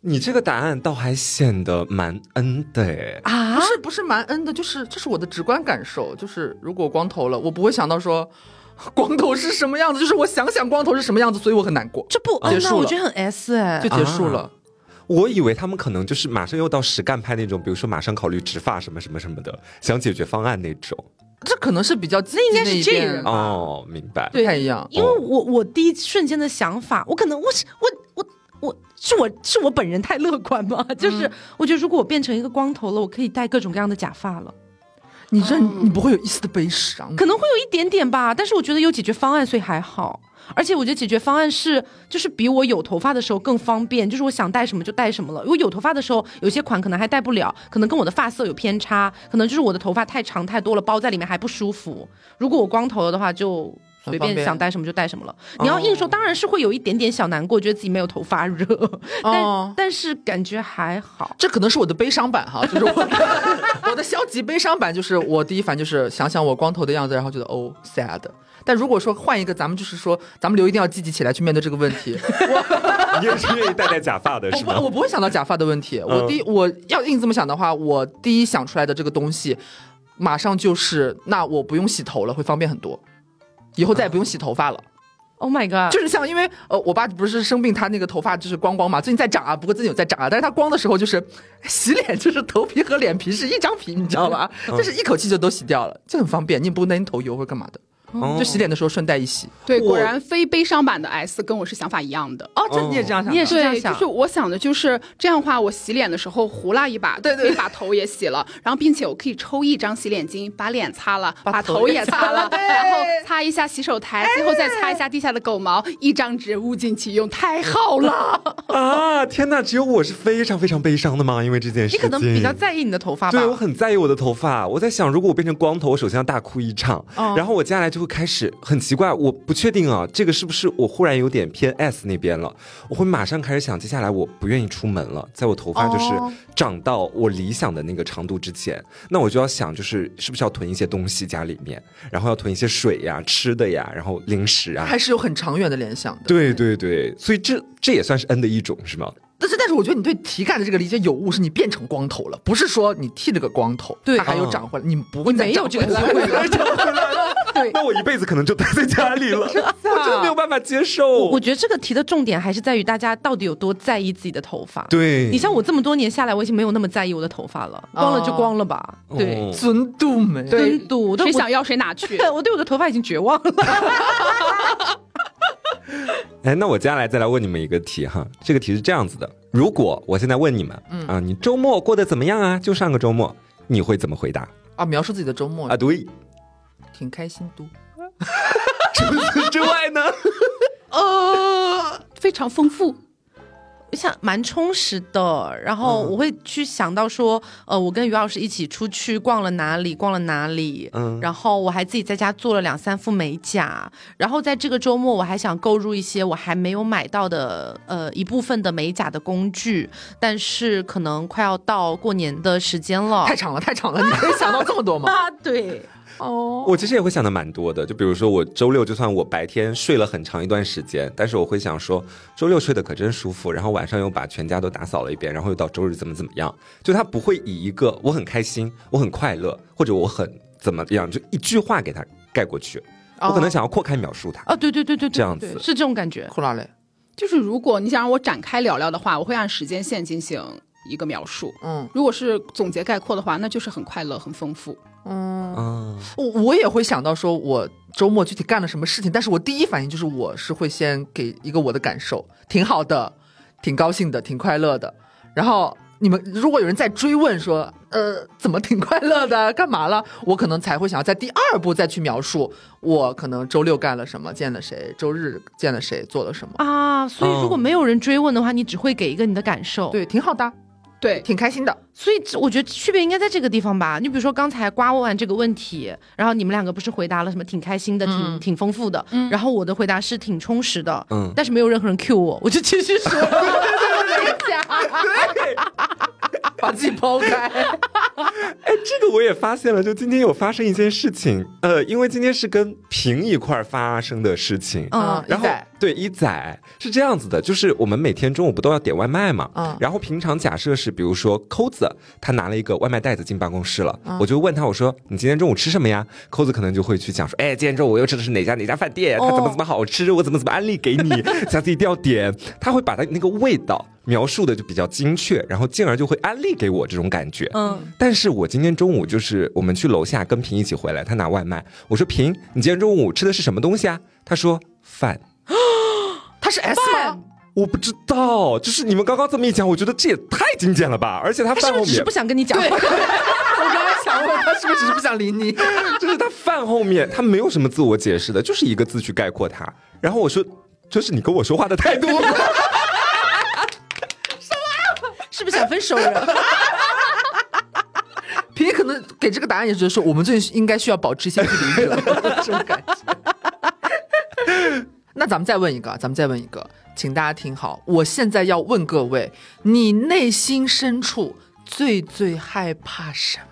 你这个答案倒还显得蛮恩的诶啊不是不是蛮恩的，就是这是我的直观感受，就是如果光头了，我不会想到说 <laughs> 光头是什么样子，就是我想想光头是什么样子，所以我很难过，这不结恩呐，束我了觉得很 S 哎、就结束了。啊我以为他们可能就是马上又到实干派那种，比如说马上考虑植发什么什么什么的，想解决方案那种。这可能是比较积极那应该是一 J 边人吧哦，明白。不太一样。因为我我第一瞬间的想法，我可能我是我我我是我是我本人太嗯乐观吗？就是我觉得如果我变成一个光头了，我可以戴各种各样的假发了。你这嗯你不会有一丝的悲伤。可能会有一点点吧，但是我觉得有解决方案，所以还好。而且我觉得解决方案是，就是比我有头发的时候更方便，就是我想戴什么就戴什么了。我有头发的时候，有些款可能还戴不了，可能跟我的发色有偏差，可能就是我的头发太长太多了，包在里面还不舒服。如果我光头了的话，就随很方便便想戴什么就戴什么了。你要硬说，当然是会有一点点小难过，觉得自己没有头发热， <laughs> 但、哦但是感觉还好。这可能是我的悲伤版哈，就是我 <laughs> 的我的消极悲伤版，就是我第一反应就是想想我光头的样子，然后觉得哦 sad。但如果说换一个，咱们就是说，咱们刘一定要积极起来去面对这个问题。你也是愿意戴戴假发的我是嗯不吗？哦我不会想到假发的问题。我第一我要硬这么想的话，我第一想出来的这个东西，马上就是那我不用洗头了，会方便很多。以后再也不用洗头发了， Oh my 啊 god！就是像因为呃，我爸不是生病，他那个头发就是光光嘛，最近在长啊，不过最近有在长啊，但是他光的时候就是洗脸，就是头皮和脸皮是一张皮，你知道吧？嗯就是一口气就都洗掉了，就很方便，你也不能头油或者干嘛的，哦就洗脸的时候顺带一洗。对，我果然非悲伤版的 S 跟我是想法一样的。哦，这你也这样想的？你也是这样对，想就是我想的就是这样的话，我洗脸的时候胡拉一把，对对可 <laughs> 以把头也洗了，然后并且我可以抽一张洗脸巾，把脸擦了，把把头头也也擦擦了了，对哎然后擦一下洗手台，最后再擦一下地下的狗毛，一张纸物尽其用，太好了。啊，天哪！只有我是非常非常悲伤的吗？因为这件事你情，可能比较在意你的头发吧对，我很在意我的头发。我在想，如果我变成光头，我首先要大哭一场，然后我接下来就会开始很奇怪，我不确定啊，这个是不是我忽然有点偏 S 那边了？我会马上开始想，接下来我不愿意出门了，在我头发就是长到我理想的那个长度之前，那我就要想，就是是不是要囤一些东西家里面，然后要囤一些水呀、吃的呀，然后零食啊。还是有很长远的联想的。对对对，所以这这也算是 N 的一种是吗？但是，但是我觉得你对体感的这个理解有误，是你变成光头了，不是说你剃了个光头，对哦它还有啊长回来，你不会再没有长这个回来机会了对那我一辈子可能就待在家 <laughs> 里了，我真的没有办法接受。我觉得这个题的重点还是在于大家到底有多在意自己的头发。，对，你像我这么多年下来，我已经没有那么在意我的头发了，光了就光了吧。对，哦 <laughs> 尊度没？对真堵，对谁我想要谁拿 <laughs> 去。 <laughs> 我对我的头发已经绝望了。哎，那我接下来再来问你们一个题哈，这个题是这样子的：如果我现在问你们，啊，你周末过得怎么样啊？就上个周末，你会怎么回答啊，描述自己的周末啊？对， <laughs> 挺开心嘟。除此之外呢？呃，非常丰富。 <laughs> 像蛮充实的，然后我会去想到说，呃，我跟于老师一起出去逛了哪里，逛了哪里，嗯然后我还自己在家做了两三副美甲，然后在这个周末我还想购入一些我还没有买到的，呃，一部分的美甲的工具，但是可能快要到过年的时间了太，长了，太长了，你可以想到这么多吗？啊，对， <laughs> 哦，我其实也会想的蛮多的，就比如说我周六，就算我白天睡了很长一段时间，但是我会想说，周六睡得可真舒服，然后晚上又把全家都打扫了一遍，然后又到周日怎么怎么样，就他不会以一个我很开心、我很快乐或者我很怎么样，就一句话给他盖过去。我可能想要扩开描述它。哦啊，对对对对对，这样子嗯对是这种感觉。酷拉嘞，就是如果你想让我展开聊聊的话，我会按时间线进行一个描述。嗯如果是总结概括的话，那就是很快乐、很丰富。嗯，啊，我我也会想到说我周末具体干了什么事情，但是我第一反应就是我是会先给一个我的感受，挺好的，挺高兴的，挺快乐的。然后你们如果有人在追问说，呃，怎么挺快乐的，干嘛了？我可能才会想要在第二步再去描述我可能周六干了什么，见了谁，周日见了谁，做了什么。啊，所以如果嗯没有人追问的话，你只会给一个你的感受。，对，挺好的，对，挺开心的。所以这我觉得区别应该在这个地方吧。你比如说刚才瓜问完这个问题，然后你们两个不是回答了什么挺开心的、挺挺丰富的，然后我的回答是挺充实的，嗯但是没有任何人 cue 我，我就继续说美甲。 <laughs> 把自己抛开， <laughs> 这个我也发现了，就今天有发生一件事情，呃，因为今天是跟平一块儿发生的事情。嗯嗯，然后一仔对一仔是这样子的，就是我们每天中午不都要点外卖嘛，嗯然后平常假设是比如说扣子他拿了一个外卖袋子进办公室了，嗯我就问他我说你今天中午吃什么呀？扣子可能就会去讲说，哎，今天中午我又吃的是哪家哪家饭店，哦它怎么怎么好吃，我怎么怎么安利给你， <laughs> 下次一定要点。他会把他那个味道描述的就比较精确，然后进而就会安利给我这种感觉。嗯，但是我今天中午就是我们去楼下跟平一起回来，他拿外卖，我说平，你今天中午吃的是什么东西啊？他说饭。他是 S 吗？我不知道，就是你 <laughs> 们刚刚这么一讲，我觉得这也太精简了吧！而且他他是饭不后是只是面不想跟你讲？我刚刚想，他是不是只是不想理你？ <laughs> 就是他饭后面他没有什么自我解释的，就是一个字去概括他。然后我说，这是你跟我说话的 <laughs> 态度吗。 <laughs> 是不是想分 <laughs> 手了？平可能给这个答案也只是说，我们最近应该需要保持一些距离热， <laughs> 这种感觉。那咱们再问一个，咱们再问一个，请大家听好，我现在要问各位，你内心深处最最害怕什么？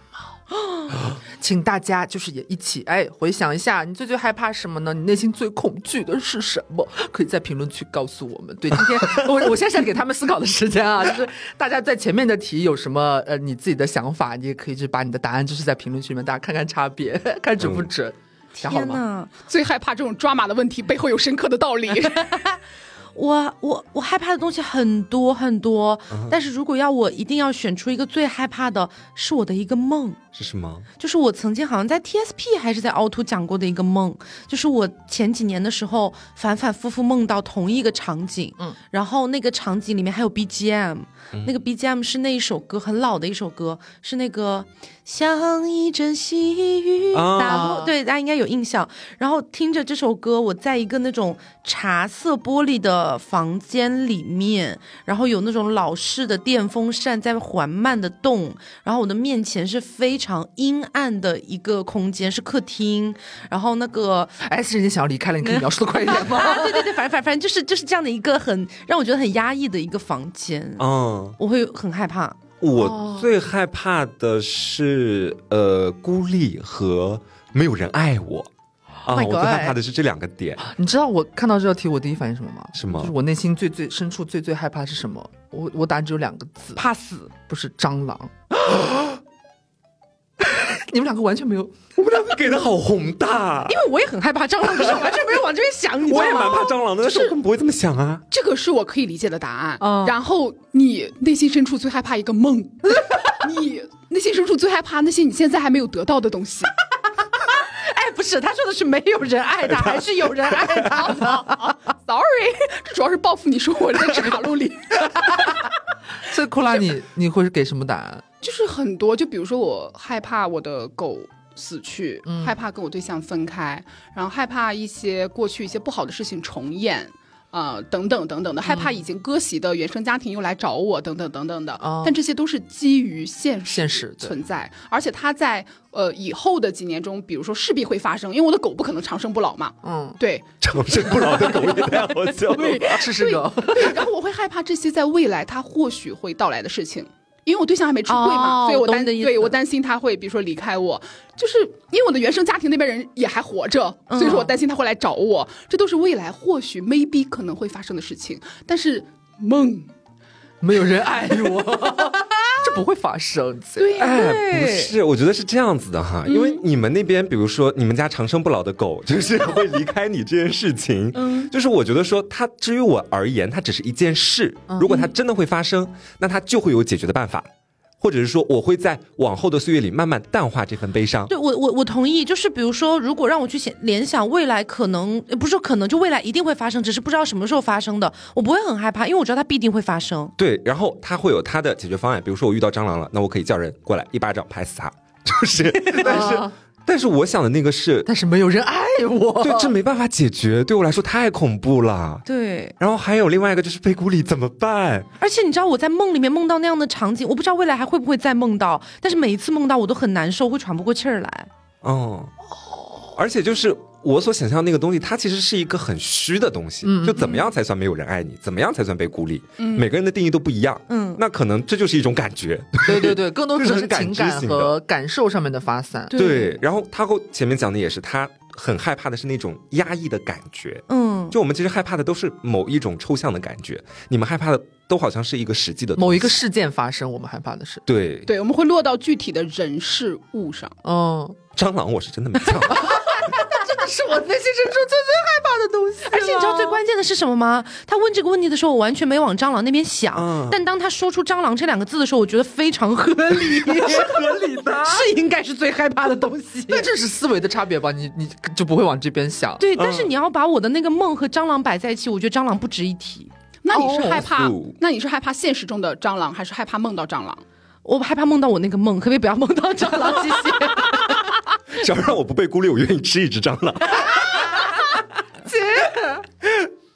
<gasps> 请大家就是也一起哎回想一下，你最最害怕什么呢？你内心最恐惧的是什么？可以在评论区告诉我们。对，今天 <laughs> 我我现在想给他们思考的时间啊， <laughs> 就是大家在前面的题有什么呃你自己的想法，你也可以就把你的答案就是在评论区里面大家看看差别， <laughs> 看准不准。想好了嗯天吗？哪，最害怕这种抓马的问题背后有深刻的道理。我我我害怕的东西很多很多，嗯但是如果要我一定要选出一个最害怕的，是我的一个梦。是什么？就是我曾经好像在 TSP 还是在凹凸讲过的一个梦，就是我前几年的时候反反复复梦到同一个场景，嗯，然后那个场景里面还有 BGM，、那个 BGM 是那一首歌很老的一首歌，是那个像一阵细雨啊打落，对大家应该有印象。然后听着这首歌，我在一个那种茶色玻璃的房间里面，然后有那种老式的电风扇在缓慢的动，然后我的面前是非常阴暗的一个空间，是客厅，然后那个哎，是人家想要离开了，你可以描述的快一点吗？ <laughs> 啊，对对对，反正反正反正就是就是这样的一个很让我觉得很压抑的一个房间，嗯，我会很害怕。 <coughs> 我最害怕的是呃孤立和没有人爱我。啊 Oh my 我最害 God 怕的是这两个点。你知道我看到这道题我第一反应是什么吗？什么就是我内心最最深处最最害怕是什么？我我答案只有两个字，怕死，不是蟑螂。 <gasps> 你们两个完全没有，我们两个给的好宏大，因为我也很害怕蟑螂，可是我完全没有往这边想，你知我也道蛮吗？怕蟑螂的，但是我根本不会这么想啊。这个是我可以理解的答案。嗯然后你内心深处最害怕一个梦， <laughs> 你内心深处最害怕那些你现在还没有得到的东西。哎，不是，他说的是没有人爱 <laughs> 他，还是有人爱他的？ Sorry，这主要是报复你说我在吃卡路里，所以库拉 <laughs> 你你会是给什么答案？就是很多，就比如说我害怕我的狗。死去，害怕跟我对象分开，然后害怕一些过去一些不好的事情重演，啊、等等等等的，害怕已经割席的原生家庭又来找我，等等等等的。哦但这些都是基于现实现实对存在，而且它在呃以后的几年中，比如说势必会发生，因为我的狗不可能长生不老嘛。 <laughs> 嗯，对，长生不老的狗也太好笑 <laughs> 了吧。是是狗，对，然后我会害怕这些在未来它或许会到来的事情，因为我对象还没出柜嘛，哦所以我懂担你的意思对我担心他会，比如说离开我，就是因为我的原生家庭那边人也还活着，所以嗯说我担心他会来找我，这都是未来或许 maybe 可能会发生的事情，但是梦，没有人爱 <laughs> 我，这不会发生。对呀、哎，不是，我觉得是这样子的哈，嗯因为你们那边，比如说你们家长生不老的狗，就是会离开你这件事情，嗯，就是我觉得说它至于我而言，它只是一件事，嗯如果它真的会发生，那它就会有解决的办法，或者是说我会在往后的岁月里慢慢淡化这份悲伤。对我，我我同意。就是比如说，如果让我去想联想未来可能，呃不是说可能，就未来一定会发生，只是不知道什么时候发生的，我不会很害怕，因为我知道它必定会发生。对，然后它会有它的解决方案，比如说我遇到蟑螂了，那我可以叫人过来一巴掌拍死它， <laughs> <laughs> 就是，但哦是，但是我想的那个是，但是没有人爱我，哦对，这没办法解决，对我来说太恐怖了。对，然后还有另外一个就是被孤立怎么办？而且你知道我在梦里面梦到那样的场景，我不知道未来还会不会再梦到，但是每一次梦到我都很难受，会喘不过气儿来。哦，而且就是我所想象那个东西，它其实是一个很虚的东西，嗯就怎么样才算没有人爱你，怎么样才算被孤立？每个人的定义都不一样，嗯那可能这就是一种感觉， <laughs> 对对对，更多可能是这是很感情知感型的和感受上面的发散。对然后他前面讲的也是，他很害怕的是那种压抑的感觉。嗯，就我们其实害怕的都是某一种抽象的感觉，你们害怕的都好像是一个实际的某一东个西事件发生，我们害怕的是，对对，我们会落到具体的人事物上。嗯，蟑螂，我是真的没想到。 <laughs> 这是我内心深处最最害怕的东西。而且你知道最关键的是什么吗？他问这个问题的时候，我完全没往蟑螂那边想。嗯但当他说出“蟑螂”这两个字的时候，我觉得非常合理， <laughs> 是合理的，是应该是最害怕的东 <laughs> 西。那这是思维的差别吧？你你就不会往这边想。对，但是你要把我的那个梦和蟑螂摆在一起，我觉得蟑螂不值一提。那你是害怕？哦那你是害怕现实中的蟑螂，还是害怕梦到蟑螂？我害怕梦到我那个梦，可不可以不要梦到蟑螂？谢 <laughs> 谢。只要让我不被孤立，我愿意吃一只蟑螂。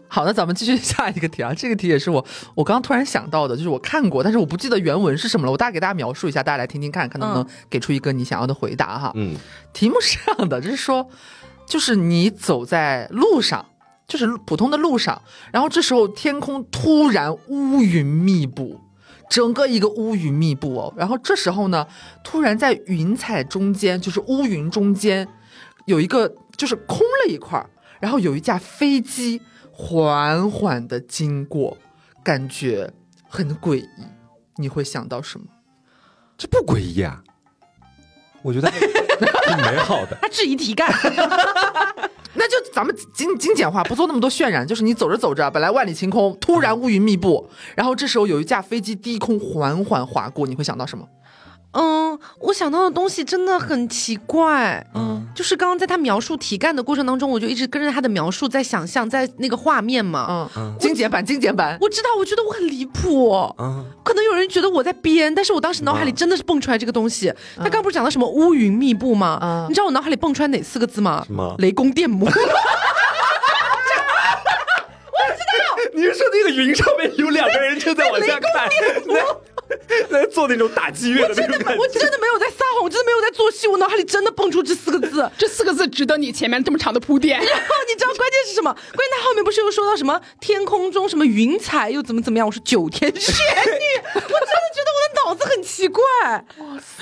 好，那咱们继续下一个题啊，这个题也是我我刚刚突然想到的，就是我看过，但是我不记得原文是什么了。我大概给大家描述一下，大家来听听看，看能嗯不能给出一个你想要的回答哈。 <laughs> 嗯，题目是这样的，就是说，就是你走在路上，就是路普通的路上，然后这时候天空突然乌云密布，整个一个乌云密布哦。然后这时候呢，突然在云彩中间，就是乌云中间，有一个就是空了一块儿，然后有一架飞机缓缓的经过，感觉很诡异。你会想到什么？这不诡异啊，我觉得还挺美好 <laughs> 的。他质疑题干，那就咱们精精简化，不做那么多渲染。就是你走着走着，本来万里晴空，突然乌云密布，然后这时候有一架飞机低空缓缓划过，你会想到什么？嗯，我想到的东西真的很奇怪，嗯，就是刚刚在他描述题干的过程当中，我就一直跟着他的描述在想象，在那个画面嘛，嗯，精简版，精简版。我知道，我觉得我很离谱、啊，可能有人觉得我在编，但是我当时脑海里嗯真的是蹦出来这个东西。他刚不是讲到什么乌云密布吗？嗯你知道我脑海里蹦出来哪四个字吗？什么雷公电 <laughs> 母。你是说那个云上面有两个人正在往下 <laughs> 看，在在做那种打击乐的那种感我真的没有在撒谎，我真的没有在做戏，我脑海里真的蹦出这四个字。 <laughs> 然这四个字值得你前面这么长的铺垫。 <laughs> 后你知道关键是什么？关键他后面不是又说到什么天空中什么云彩又怎么怎么样？我说九天玄 <laughs> 女，我真的觉得我的脑子很奇怪。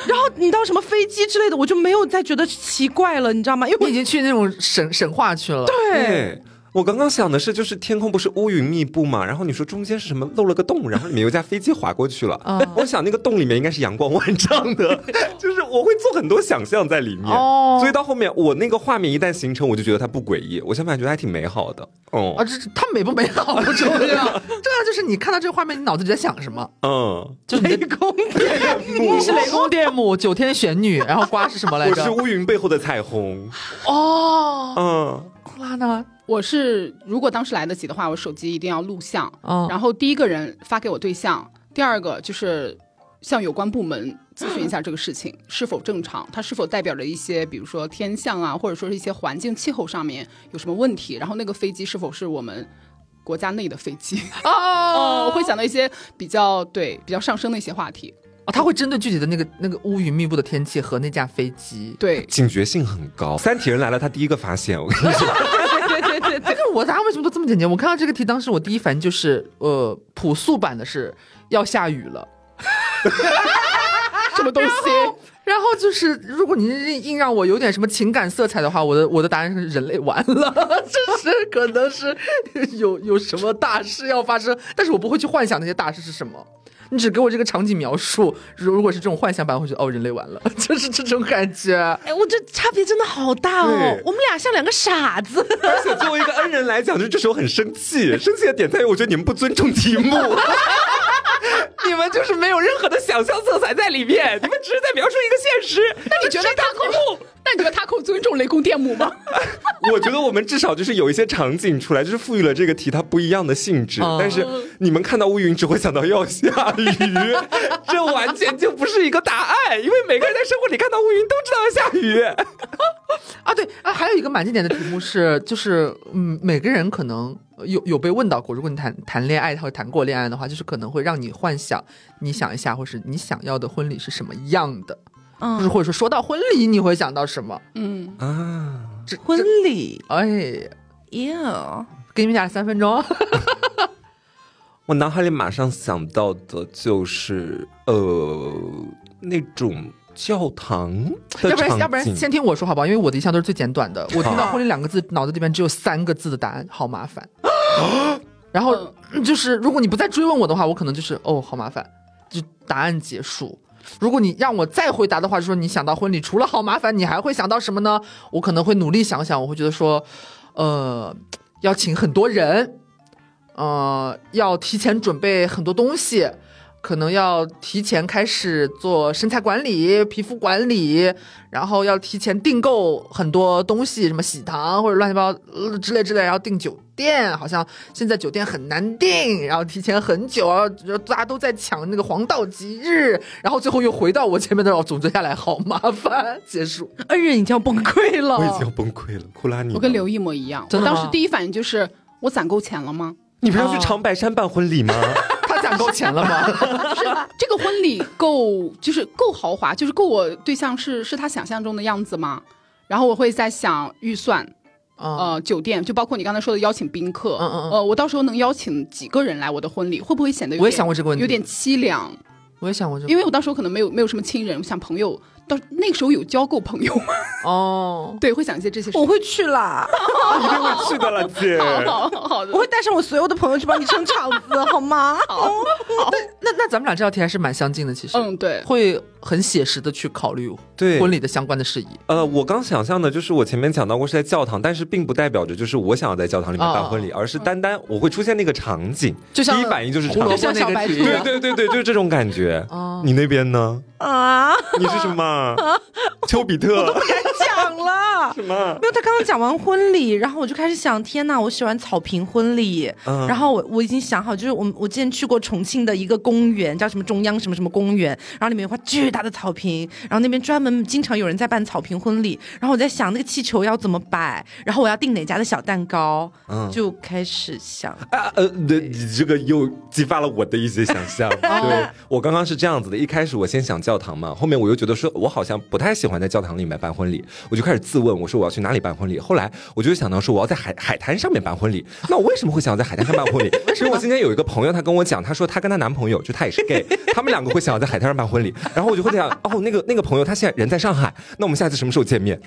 然后你到什么飞机之类的，我就没有再觉得奇怪了，你知道吗？因为你我已经去那种神神话去了。对。哎我刚刚想的是，就是天空不是乌云密布嘛，然后你说中间是什么漏了个洞，然后里面有一架飞机划过去了。嗯我想那个洞里面应该是阳光万丈的， <laughs> 就是我会做很多想象在里面。哦所以到后面我那个画面一旦形成，我就觉得它不诡异，我相反觉得还挺美好的。啊，嗯这它美不美好不重要，重要就是你看到这个画面，你脑子里在想什么？嗯，就是雷公电 <laughs> 母，你是雷公电母，九天玄女，然后瓜是什么来我是着？乌云背后的彩虹。哦，嗯，，库拉 <laughs> 呢？我是如果当时来得及的话，我手机一定要录像，嗯然后第一个人发给我对象，第二个就是向有关部门咨询一下这个事情是否正常，它是否代表着一些比如说天象啊，或者说是一些环境气候上面有什么问题，然后那个飞机是否是我们。国家内的飞机 <laughs> 哦，我会想到一些比较对比较上升的一些话题，哦，他会针对具体的那个那个乌云密布的天气和那架飞机。对警觉性很高。三体人来了，他第一个发现。我跟你说，对对对对对哎，但是我答案为什么都这么简洁？我看到这个题，当时我第一反应就是，呃，朴素版的是要下雨了。什么东西？然后就是，如果你硬硬让我有点什么情感色彩的话，我的我的答案是人类完了，就是可能是有有什么大事要发生，但是我不会去幻想那些大事是什么。你只给我这个场景描述，如如果是这种幻想版，我会觉得哦，人类完了， <laughs> 就是这种感觉。哎，我这差别真的好大哦对！我们俩像两个傻子。 <laughs> 而且作为一个恩人来讲，就这时候很生气，生气的点在于我觉得你们不尊重题目，你们就是没有任何的想象色彩在里面，你们只是在描述一个现实。那你觉得他扣？那你觉得他扣尊重雷公电 <laughs> 母吗？ <laughs> 我觉得我们至少就是有一些场景出来，就是赋予了这个题它不一样的性质。哦但是你们看到乌云只会想到要下雨，这完全就不是一个答案，因为每个人在生活里看到乌云都知道要下雨。啊，对啊，还有一个蛮经典的题目是， <laughs> 就是嗯，每个人可能呃有有被问到过，如果你谈谈恋爱或者谈过恋爱的话，就是可能会让你幻想，你想一下，或是你想要的婚礼是什么样的，就是嗯，或者说说到婚礼，你会想到什么？嗯，啊，这婚这礼哎， ，yeah，给你们俩三分钟，我脑海里马上想到的就是呃那种教堂的要不然场要不然景先听我说好不好？因为我的一向都是最简短的，我听到好婚礼两个字，脑子里面只有三个字的答案，好 <gasps> 麻烦。然后嗯就是如果你不再追问我的话，我可能就是哦，好麻烦，就答案结束。如果你让我再回答的话，就说你想到婚礼除了好麻烦，你还会想到什么呢？我可能会努力想想，我会觉得说，呃，要请很多人，呃，要提前准备很多东西，可能要提前开始做身材管理、皮肤管理，然后要提前订购很多东西，什么喜糖或者乱七八糟呃之类之类，然后订酒店，好像现在酒店很难订，然后提前很久，然后然后大家都在抢那个黄道吉日，然后最后又回到我前面的，哦总结下来好麻烦，结束。恩人已经要崩溃了，我已经要崩溃了，库拉你呢，我跟刘一模一样，真我的吗当时第一反应就是我攒够钱了吗？你不是要去长白山办婚礼吗？ <laughs> 他攒够钱了吗？就是这个婚礼够，就是够豪华，就是够我对象是是他想象中的样子吗？然后我会在想预算，啊、呃，酒店就包括你刚才说的邀请宾客，嗯嗯嗯呃，我到时候能邀请几个人来我的婚礼，会不会显得有我也点想过这个问题有点凄凉？我也想过这个，因为我到时候可能没有没有什么亲人，我想朋友，到那个时候有交够朋友吗？ <laughs> 哦，对，会想一些这些事。我会去 <laughs> 啦， <laughs> 一定会去的了，姐。好好好的我，会带上我所有的朋友去帮你撑场子，好吗？那那咱们俩这道题还是蛮相近的，其实，嗯，对，会很写实的去考虑对婚礼的相关的事宜。呃，我刚想象的就是我前面讲到过是在教堂，但是并不代表着就是我想要在教堂里面办婚礼，而是单单我会出现那个场景，哦就像第一反应就是胡场萝景。卜哦就那像小个白题兔对对对对，就是这种感觉。你那边呢？啊， <laughs> 你是什 <laughs> 么？丘比特？讲了。什么？没有，他刚刚讲完婚礼，然后我就开始想，天呐，我喜欢草坪婚礼。嗯然后我我已经想好，就是我我之前去过重庆的一个公园，叫什么中央什么什么公园，然后里面有块巨大的草坪，然后那边专门经常有人在办草坪婚礼。然后我在想那个气球要怎么摆，然后我要订哪家的小蛋糕，嗯就开始想。啊呃，对你这个又激发了我的一些想象。对我刚刚是这样子的，一开始我先想教堂嘛，后面我又觉得说我好像不太喜欢在教堂里面办婚礼，我就开始自问，我说我要去哪里办婚礼？后来我就想到说我要在海海滩上面办婚礼。那我为什么会想要在海滩上办婚礼？因为我今天有一个朋友，他跟我讲，他说他跟他男朋友，就他也是 gay，他们两个会想要在海滩上办婚礼。然后我就会想，哦，那个那个朋友他现在人在上海，那我们下次什么时候见面？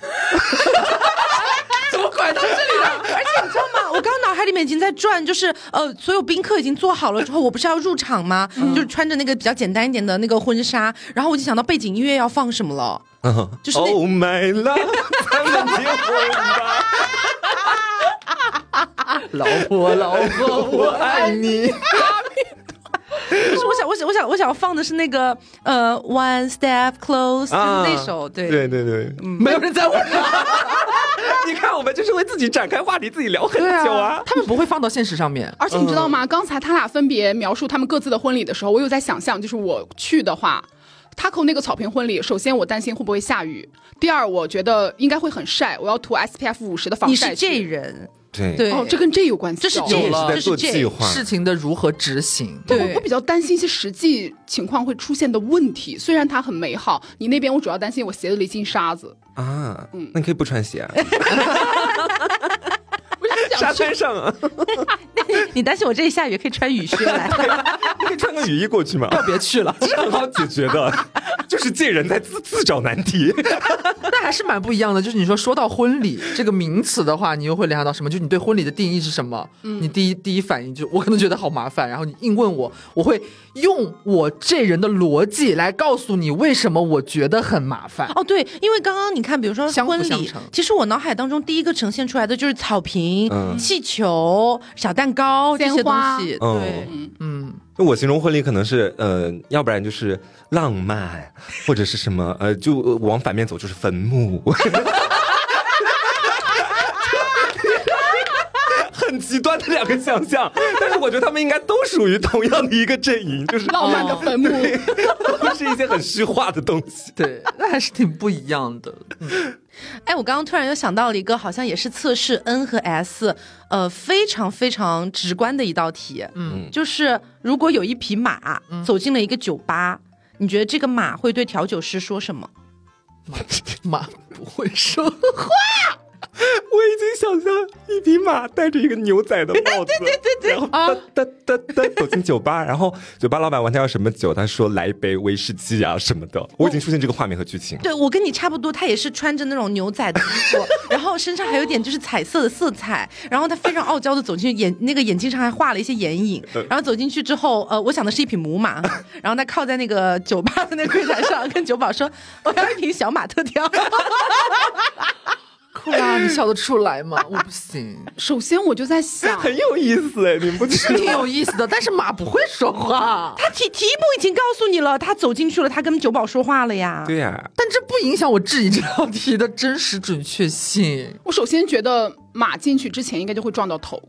怎么拐到这里了？而且你知道吗？我刚刚脑海里面已经在转，就是呃，所有宾客已经做好了之后，我不是要入场吗？嗯就是穿着那个比较简单一点的那个婚纱，然后我已经想到背景音乐要放什么了。嗯， <laughs> 就是那 Oh my love，咱们结婚吧。 <laughs> 老婆，老婆，我爱你。就是我想，我想，我想，我想放的是那个呃，One Step Close，、就是那首，啊对。 <laughs> 对对对， <laughs> 没有人在问 <laughs> 啊，你看我们就是会自己展开话题，自己聊很 <laughs> 久啊。他们不会放到现实上面。而且你知道吗？刚才他俩分别描述他们各自的婚礼的时候，我有在想象，就是我去的话，Taco 那个草坪婚礼，首先我担心会不会下雨，第二我觉得应该会很晒，我要涂 SPF 五十的防你晒是去。这人，对对，哦，这跟这有关系、哦。这是这也这是有了在做这是计划。事情的如何执行？ <laughs> 对我我比较担心一些实际情况会出现的问题。虽然它很美好，你那边我主要担心我鞋子里进沙子。啊，那你可以不穿鞋 <laughs> 啊，不是想沙去滩上啊， <laughs> 你担心我这一下雨可以穿雨靴来？ <laughs> 你可以穿个雨衣过去嘛，要别去了，<laughs> <laughs> 这很好解决的，就是这人在自自找难题。 <laughs> 那还是蛮不一样的。就是你说说到婚礼这个名词的话，你又会联想到什么？就你对婚礼的定义是什么？你第一第一反应就我可能觉得好麻烦，然后你硬问我，我会用我这人的逻辑来告诉你为什么我觉得很麻烦。哦，对，因为刚刚你看，比如说相辅婚相礼成，其实我脑海当中第一个呈现出来的就是草坪、嗯气球、小蛋糕这鲜些东花西。嗯对，嗯，那我形容婚礼可能是，呃，要不然就是浪漫，或者是什么，呃，就呃往反面走就是坟墓。 <laughs> 很极端的两个想象，但是我觉得他们应该都属于同样的一个阵营，就是浪漫的坟墓。都 <laughs> 是一些很虚化的东西。 <laughs> 对，那还是挺不一样 <laughs> 的。哎，我刚刚突然又想到了一个，好像也是测试 N 和 S，呃，非常非常直观的一道题。嗯就是如果有一匹马走进了一个酒吧，你觉得这个马会对调酒师说什么？妈不会说。我已经想象一匹马戴着一个牛仔的帽子， <laughs> 对对啊对然后哒哒哒哒走进酒吧，然后酒吧老板问他要什么酒，他说来一杯威士忌啊什么的。我已经出现这个画面和剧情。对我跟你差不多，他也是穿着那种牛仔的衣服，然后身上还有点就是彩色的色彩，然后他非常傲娇的走进去，眼那个眼睛上还画了一些眼影，然后走进去之后，呃，我想的是一匹母马，然后他靠在那个酒吧的那个柜台上，跟酒保说我要一瓶小马特调，库拉， <laughs> 你笑得出来吗？我不行， <laughs> 首先我就在 <laughs> 想，很有意思哎，你们不觉是得挺吗？有意思的，但是马不会说话，他题题目已经告诉你了，他走进去了，他跟九宝说话了呀。对呀、但这不影响我质疑这道题的真实准确性。我首先觉得马进去之前应该就会撞到头。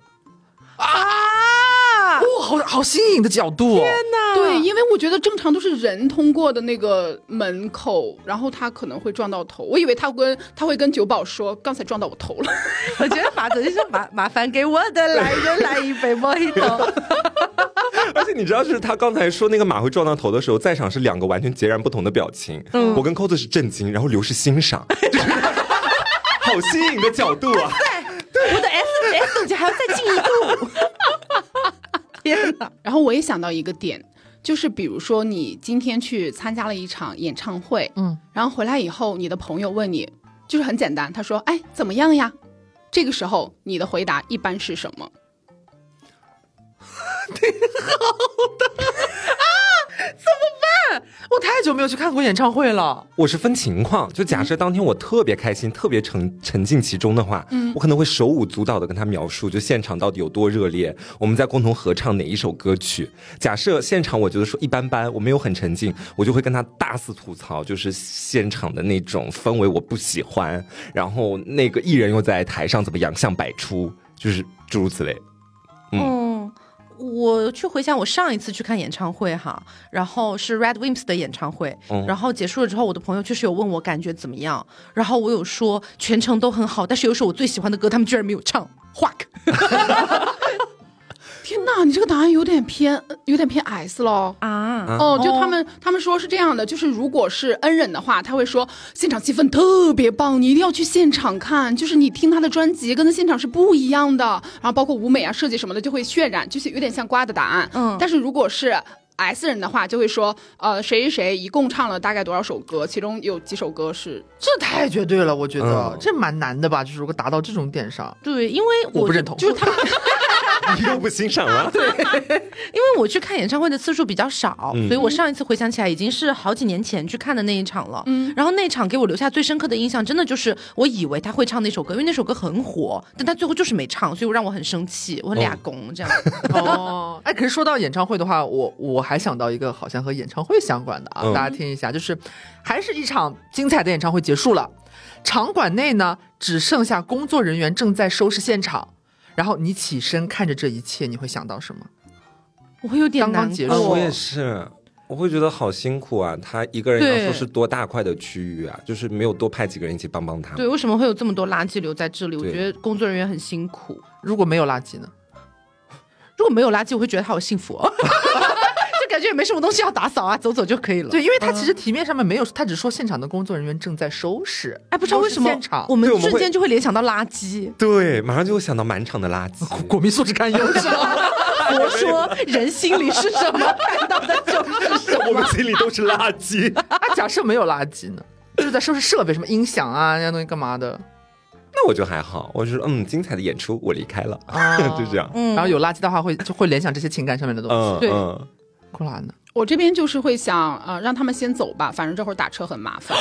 啊，哦，好好新颖的角度、哦，对，因为我觉得正常都是人通过的那个门口，然后他可能会撞到头。我以为他跟他会跟九宝说，刚才撞到我头了。 <laughs> 我觉得法则就是麻麻烦给我的来人来一杯莫吉 <laughs> 托。 <laughs> 而且你知道，就是他刚才说那个马会撞到头的时候，在场是两个完全截然不同的表情。我跟扣子是震惊，然后刘是欣赏， <laughs> 就是好新颖的角度啊！我的 S S 等级还要再进一 <laughs> 步。天哪！然后我也想到一个点，就是比如说你今天去参加了一场演唱会，嗯，然后回来以后，你的朋友问你，就是很简单，他说：“哎，怎么样呀？”这个时候你的回答一般是什么？我太久没有去看过演唱会了。我是分情况，就假设当天我特别开心、特别沉沉浸其中的话，我可能会手舞足蹈的跟他描述，就现场到底有多热烈，我们在共同合唱哪一首歌曲。假设现场我觉得说一般般，我没有很沉浸，我就会跟他大肆吐槽，就是现场的那种氛围我不喜欢，然后那个艺人又在台上怎么洋相百出，就是诸如此类。嗯，我去回想我上一次去看演唱会哈，然后是 Red Wimps 的演唱会，嗯然后结束了之后，我的朋友确实有问我感觉怎么样，然后我有说全程都很好，但是有一首我最喜欢的歌他们居然没有唱，Huck，天哪，你这个答案有点偏，有点偏 S 了。啊，哦，就他们、他们说是这样的，就是如果是恩人的话，他会说现场气氛特别棒，你一定要去现场看，就是你听他的专辑跟他现场是不一样的，然后包括舞美啊、设计什么的就会渲染，就是有点像瓜的答案。嗯但是如果是 S 人的话，就会说呃谁谁谁一共唱了大概多少首歌，其中有几首歌是这太绝对了，我觉得、嗯这蛮难的吧？就是如果达到这种点上，对，因为我我不认同。就是他们你又不欣赏了？对，因为我去看演唱会的次数比较少，嗯所以我上一次回想起来已经是好几年前去看的那一场了。嗯，然后那一场给我留下最深刻的印象，真的就是我以为他会唱那首歌，因为那首歌很火，但他最后就是没唱，所以我让我很生气，我俩攻 <laughs> 这样。 <laughs> 哦，哎，可是说到演唱会的话，我我还想到一个好像和演唱会相关的啊，嗯大家听一下，就是还是一场精彩的演唱会结束了，场馆内呢只剩下工作人员正在收拾现场，然后你起身看着这一切，你会想到什么？我有点刚难刚结过。束啊我也是，我会觉得好辛苦啊！他一个人要收拾多大块的区域啊，就是没有多派几个人一起帮帮他。对，为什么会有这么多垃圾留在这里？我对觉得工作人员很辛苦。如果没有垃圾呢？如果没有垃圾，我会觉得他好幸福、哦， <laughs> 就感觉也没什么东西要打扫啊，走走就可以了。对，，因为他其实题面上面没有，他只说现场的工作人员正在收拾，哎，不知道为什么收拾现场，我们对我们瞬会间就会联想到垃圾。对，马上就会想到满场的 <laughs> 垃圾。国民素质堪忧， <laughs> 你知道吗佛说人心里是什么，看到的就是什我们么。心里都是垃圾。啊， <laughs> 假设没有垃圾呢？就是在收拾设备，什么音响啊，那些东西干嘛的 <laughs> 那我就还好，我就说嗯，精彩的演出，我离开了，啊 <laughs> 就这 <laughs> 样。嗯然后有垃圾的话会，就会联想这些情感上面的东西。嗯对嗯，库拉呢？我这边就是会想呃让他们先走吧，反正这会儿打车很麻烦，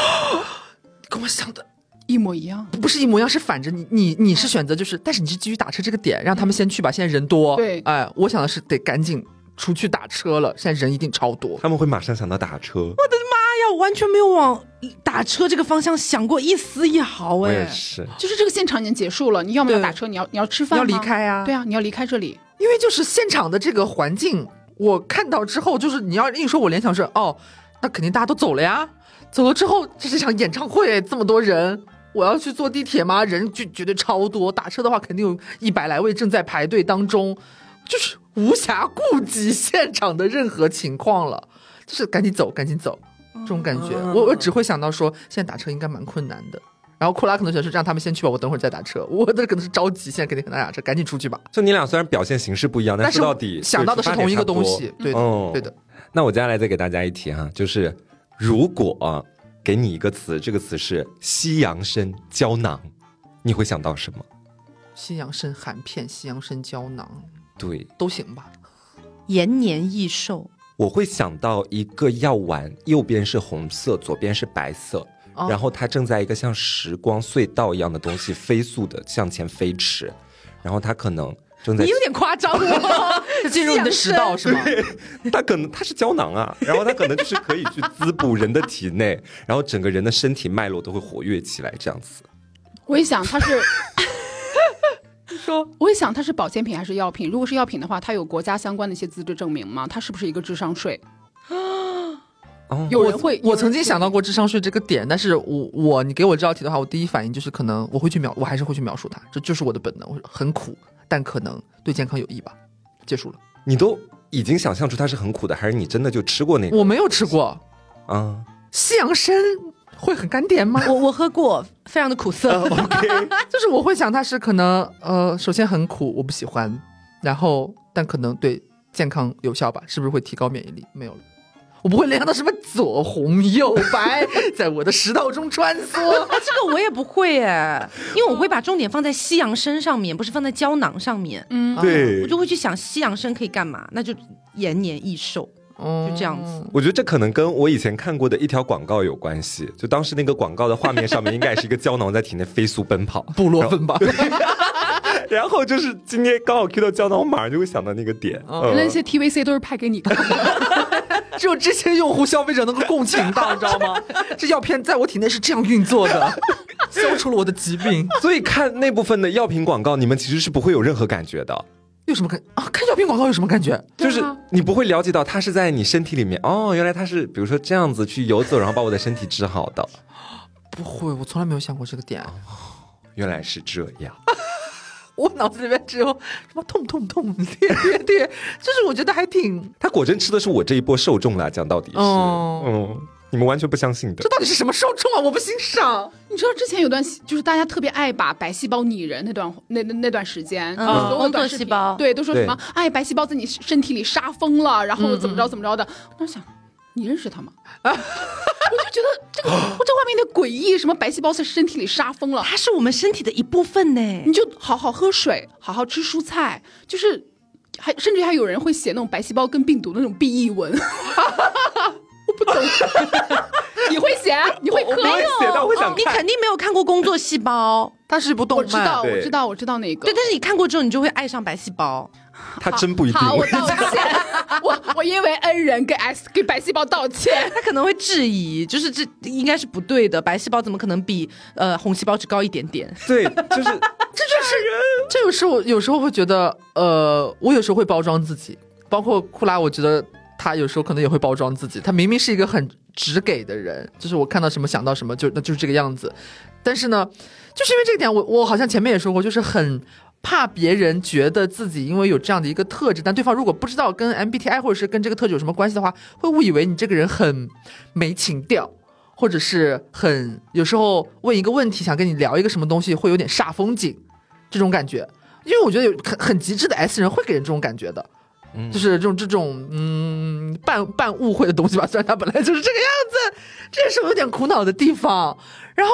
跟我想的一模一样。不是一模一样，是反着你你你是选择就是，但是你是基于打车这个点，让他们先去吧，现在人多。对哎，我想的是得赶紧出去打车了，现在人一定超多。他们会马上想到打车。哎呀，我完全没有往打车这个方向想过一丝一毫我也哎。是，就是这个现场已经结束了，你要么要对打车，你要你要吃饭要吗，离开啊，对啊，你要离开这里。因为就是现场的这个环境，我看到之后，就是你要硬说，我联想是哦，那肯定大家都走了呀，走了之后这是一场演唱会，这么多人，我要去坐地铁吗？人就绝对超多，打车的话肯定有一百来位正在排队当中，就是无暇顾及现场的任何情况了，就是赶紧走，赶紧走。这种感觉，我我只会想到说，现在打车应该蛮困难的。然后库拉可能觉得是让他们先去吧，我等会儿再打车。我的可能是着急，现在肯定很难打车，赶紧出去吧。就你俩虽然表现形式不一样，但是说到底想到的是同一个东。对出西，对发点差不多嗯，的，对的。那我接下来再给大家一题哈、就是如果啊给你一个词，这个词是西洋参胶囊，你会想到什么？西洋参含片、西洋参胶囊对，都行吧？延年益寿，我会想到一个药丸，右边是红色，左边是白色，哦然后它正在一个像时光隧道一样的东西飞速的向前飞驰，然后它可能正在你有点夸张 <laughs> 了，是进入你的食道是吗？ <laughs> 它可能它是胶囊啊，然后它可能就是可以去滋补人的体内，然后整个人的身体脉络都会活跃起来，这样子。我一想，它是，说我一想它是保健品还是药品？如果是药品的话，它有国家相关的一些资质证明吗？它是不是一个智商税？哦有人会，我有人曾经会想到过智商税这个点，但是我我你给我这道题的话，我第一反应就是可能我会去描，我还是会去描述它，这就是我的本能，我说很苦，但可能对健康有益吧。结束了，你都已经想象出它是很苦的，还是你真的就吃过那个我没有吃过嗯啊？西洋参，会很甘甜吗？我我喝过，非常的苦涩。就是我会想它是可能呃，首先很苦，我不喜欢，然后但可能对健康有效吧，是不是会提高免疫力？没有了。我不会联想到什么左红右白 <laughs> 在我的食道中穿梭， <laughs> 这个我也不会哎，因为我会把重点放在西洋参上面，不是放在胶囊上面。嗯，对我就会去想西洋参可以干嘛，那就延年益寿。就就这样子。我觉得这可能跟我以前看过的一条广告有关系，就当时那个广告的画面上面应该也是一个胶囊在体内飞速奔 <laughs> 跑， <laughs> 部落粪吧，然后就是今天刚好 Q 到胶囊，我马上就会想到那个点。哦原来嗯那些 TVC 都是拍给你看的。 <laughs> 只有这些用户消费者能够共情到，你知道 <laughs> 吗？这药片在我体内是这样运作的， <laughs> 消除了我的疾病。所以看那部分的药品广告，你们其实是不会有任何感觉的，有什么感啊？看药片广告有什么感觉？对就啊是你不会了解到它是在你身体里面。哦，原来它是比如说这样子去游走，然后把我的身体治好的。不会，我从来没有想过这个点。原来是这样，我脑子里面只有什么痛痛痛， <laughs> 跌跌跌，就是我觉得还挺……他果真吃的是我这一波受众啦。讲到底是，哦嗯，你们完全不相信的这。到底是什么受众啊？我不欣赏。 <laughs> 你知道之前有段戏就是大家特别爱把白细胞拟人那段那那那段时间，嗯所有的工作短视细频胞对，都说什么哎白细胞在你身体里杀疯了，然后怎么嗯着怎么着的。我当时想，你认识他吗？我就觉得这个我这画面有点诡异，什么白细胞在身体里杀疯了，它是我们身体的一部分呢你。就好好喝水，好好吃蔬菜，就是还甚至还有人会写那种白细胞跟病毒的那种 B E 文， <laughs> 我不懂， <laughs> 你会写？啊你会磕？我会写到我想哦你看肯定没有看过《工作细胞它是一部动我漫，知道，对我知道，我知道那》，个。对，但是你看过之后，你就会爱上白细胞。他真不一定。好，我道歉， <laughs> 我我因为恩人给 S 给白细胞道歉。 <laughs> 他可能会质疑，就是这应该是不对的，白细胞怎么可能比呃红细胞只高一点点？ <laughs> 对，就是这就是这就是我有时候会觉得，呃，我有时候会包装自己，包括库拉，我觉得他有时候可能也会包装自己。他明明是一个很直给的人，就是我看到什么想到什么，就那就是这个样子。但是呢，就是因为这个点，我我好像前面也说过，就是很。怕别人觉得自己因为有这样的一个特质，但对方如果不知道跟 MBTI 或者是跟这个特质有什么关系的话，会误以为你这个人很没情调，或者是很有时候问一个问题想跟你聊一个什么东西，会有点煞风景。这种感觉，因为我觉得有很很极致的 S 人会给人这种感觉的，嗯就是这种这种嗯半半误会的东西吧。虽然他本来就是这个样子，这也是我有点苦恼的地方。然后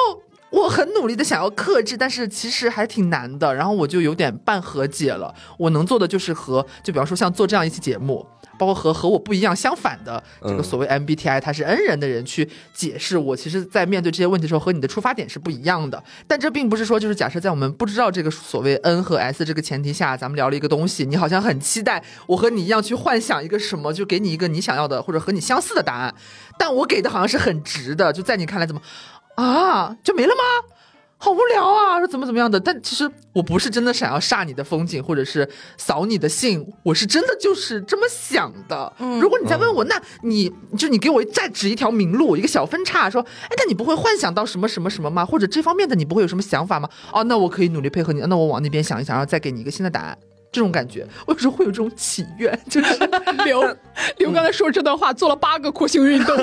我很努力的想要克制，但是其实还挺难的。然后我就有点半和解了。我能做的就是和，就比方说像做这样一期节目。包括和和我不一样相反的这个嗯所谓 MBTI，他是 N 人的人去解释我，其实，在面对这些问题的时候和你的出发点是不一样的。但这并不是说，就是假设在我们不知道这个所谓 N 和 S 这个前提下，咱们聊了一个东西，你好像很期待我和你一样去幻想一个什么，就给你一个你想要的或者和你相似的答案，但我给的好像是很直的，就在你看来怎么啊就没了吗？好无聊啊，说怎么怎么样的，但其实我不是真的想要煞你的风景，或者是扫你的兴，我是真的就是这么想的。如果你再问我，那你就你给我再指一条明路，一个小分叉，说，哎，但你不会幻想到什么什么什么吗？或者这方面的你不会有什么想法吗？哦，那我可以努力配合你，那我往那边想一想，然后再给你一个新的答案。这种感觉，我有时候会有这种祈愿，就是刘刘刚才说这段话做了八个廓形运动，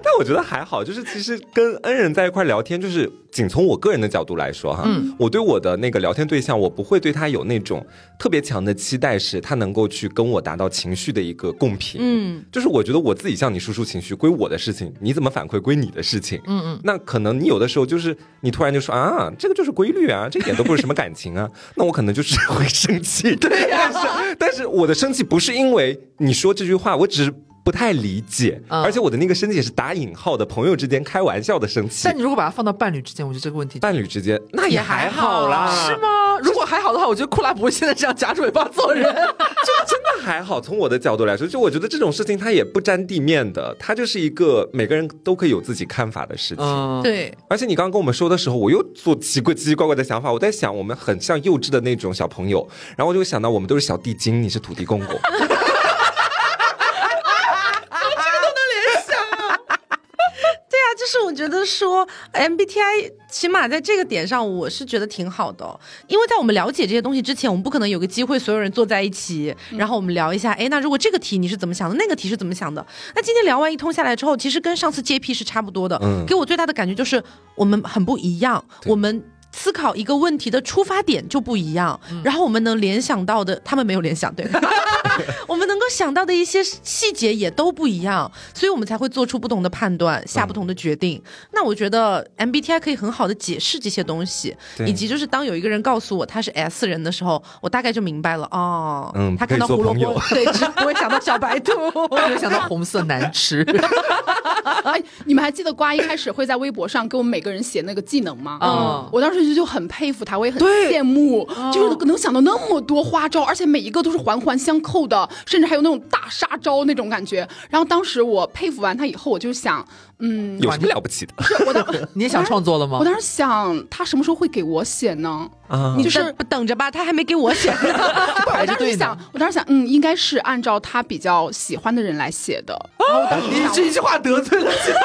但我觉得还好，就是其实跟恩人在一块聊天，就是仅从我个人的角度来说哈，嗯我对我的那个聊天对象，我不会对他有那种特别强的期待，是他能够去跟我达到情绪的一个共频。嗯，就是我觉得我自己向你输出情绪归我的事情，你怎么反馈归你的事情。嗯嗯，那可能你有的时候就是你突然就说啊，这个就是规律啊，这一点都不是什么感情啊，那我可能就是会生气。对呀、但是但是我的生气不是因为你说这句话，我只是不太理解，嗯而且我的那个生气也是打引号的，朋友之间开玩笑的生气但。你如果把它放到伴侣之间，我觉得这个 <laughs> 问题伴侣之间那也还好啦， <laughs> 是？ <laughs> 吗？如果还好的话，我觉得库拉不会现在这样夹着尾巴做人。这真的还好。从我的角度来说，就我觉得这种事情它也不沾地面的，它就是一个每个人都可以有自己看法的事情。嗯，对，而且你刚刚跟我们说的时候，我又做奇怪、奇奇怪怪的想法。我在想，我们很像幼稚的那种小朋友，然后我就想到我们都是小地精，你是土地公 <laughs> 公。对啊，就是我觉得说 MBTI 起码在这个点上，我是觉得挺好的、哦因为在我们了解这些东西之前，我们不可能有个机会所有人坐在一起，然后我们聊一下，哎，那如果这个题你是怎么想的，那个题是怎么想的？那今天聊完一通下来之后，其实跟上次 JP 是差不多的，嗯给我最大的感觉就是我们很不一样，对我们。思考一个问题的出发点就不一样，然后我们能联想到的，他们没有联想，对，我们能够想到的一些细节也都不一样，所以我们才会做出不同的判断，下不同的决定。那我觉得 MBTI 可以很好的解释这些东西，对以及就是当有一个人告诉我他是 S 人的时候，我大概就明白了哦，嗯他看到胡萝可以做卜，对，只不会想到小白兔。 <laughs> 没有想到红色难 <laughs> 吃。 <laughs> 哎，你们还记得瓜一开始会在微博上给我们每个人写那个技能吗？嗯我当时就就很佩服他，我也很对嗯羡慕，就是能想到那么多花招，而且每一个都是环环相扣的，甚至还有那种大杀招那种感觉。然后当时我佩服完他以后，我就想，嗯，有什么了不起的是我当你也想创作了吗我？当时想，他什么时候会给我写呢？啊？你就是等着吧，他还没给我写呢。不是，<laughs> 我排着当队时呢想，我当时想，嗯，应该是按照他比较喜欢的人来写的。然后我当 <laughs> 时你想，这一句话得罪了其他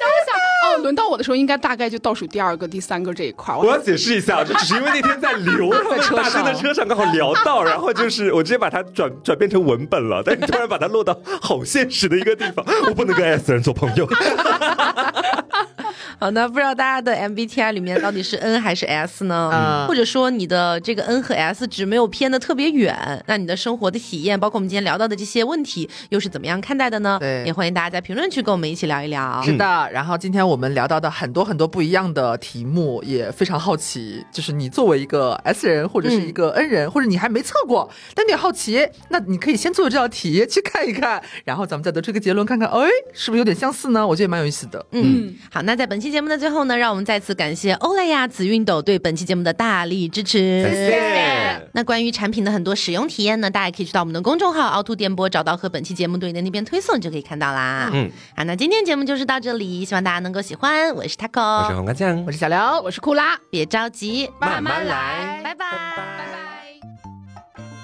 当时想，哦，轮到我的时候，应该大概就倒数第二个、第三个这一块儿。我我要解释一下，这只是因为那天在 <laughs> 流，在车上大声的车上刚好聊到，然后就是我直接把它转转变成文本了，但是突然把它落到好现实的一个地方，我不能跟 S 人做朋友。好的，不知道大家的 MBTI 里面到底是 N 还是 S 呢？嗯或者说你的这个 N 和 S 值没有偏的特别远，那你的生活的体验，包括我们今天聊到的这些问题，又是怎么样看待的呢？对也欢迎大家在评论区跟我们一起聊一聊。是的，然后今天我们聊到的很多很多不一样的题目，也非常好奇，就是你作为一个 S 人或者是一个 N 人，或者你还没测过，但你好奇，那你可以先做这道题去看一看，然后咱们再得出一个结论，看看，哎，是不是有点相似呢？我觉得也蛮有意思的。嗯，好，那在本期节目的最后呢，让我们再次感谢欧莱雅紫熨斗对本期节目的大力支持，谢谢那关于产品的很多使用体验呢，大家可以去到我们的公众号“凹凸电波”找到和本期节目对应的那边推送，就可以看到啦。嗯，好，那今天节目就是到这里，希望大家能够喜欢。我是嗯 Taco，我是黄瓜酱我，是小梁，我是库拉，别着急，慢慢来拜拜。拜拜。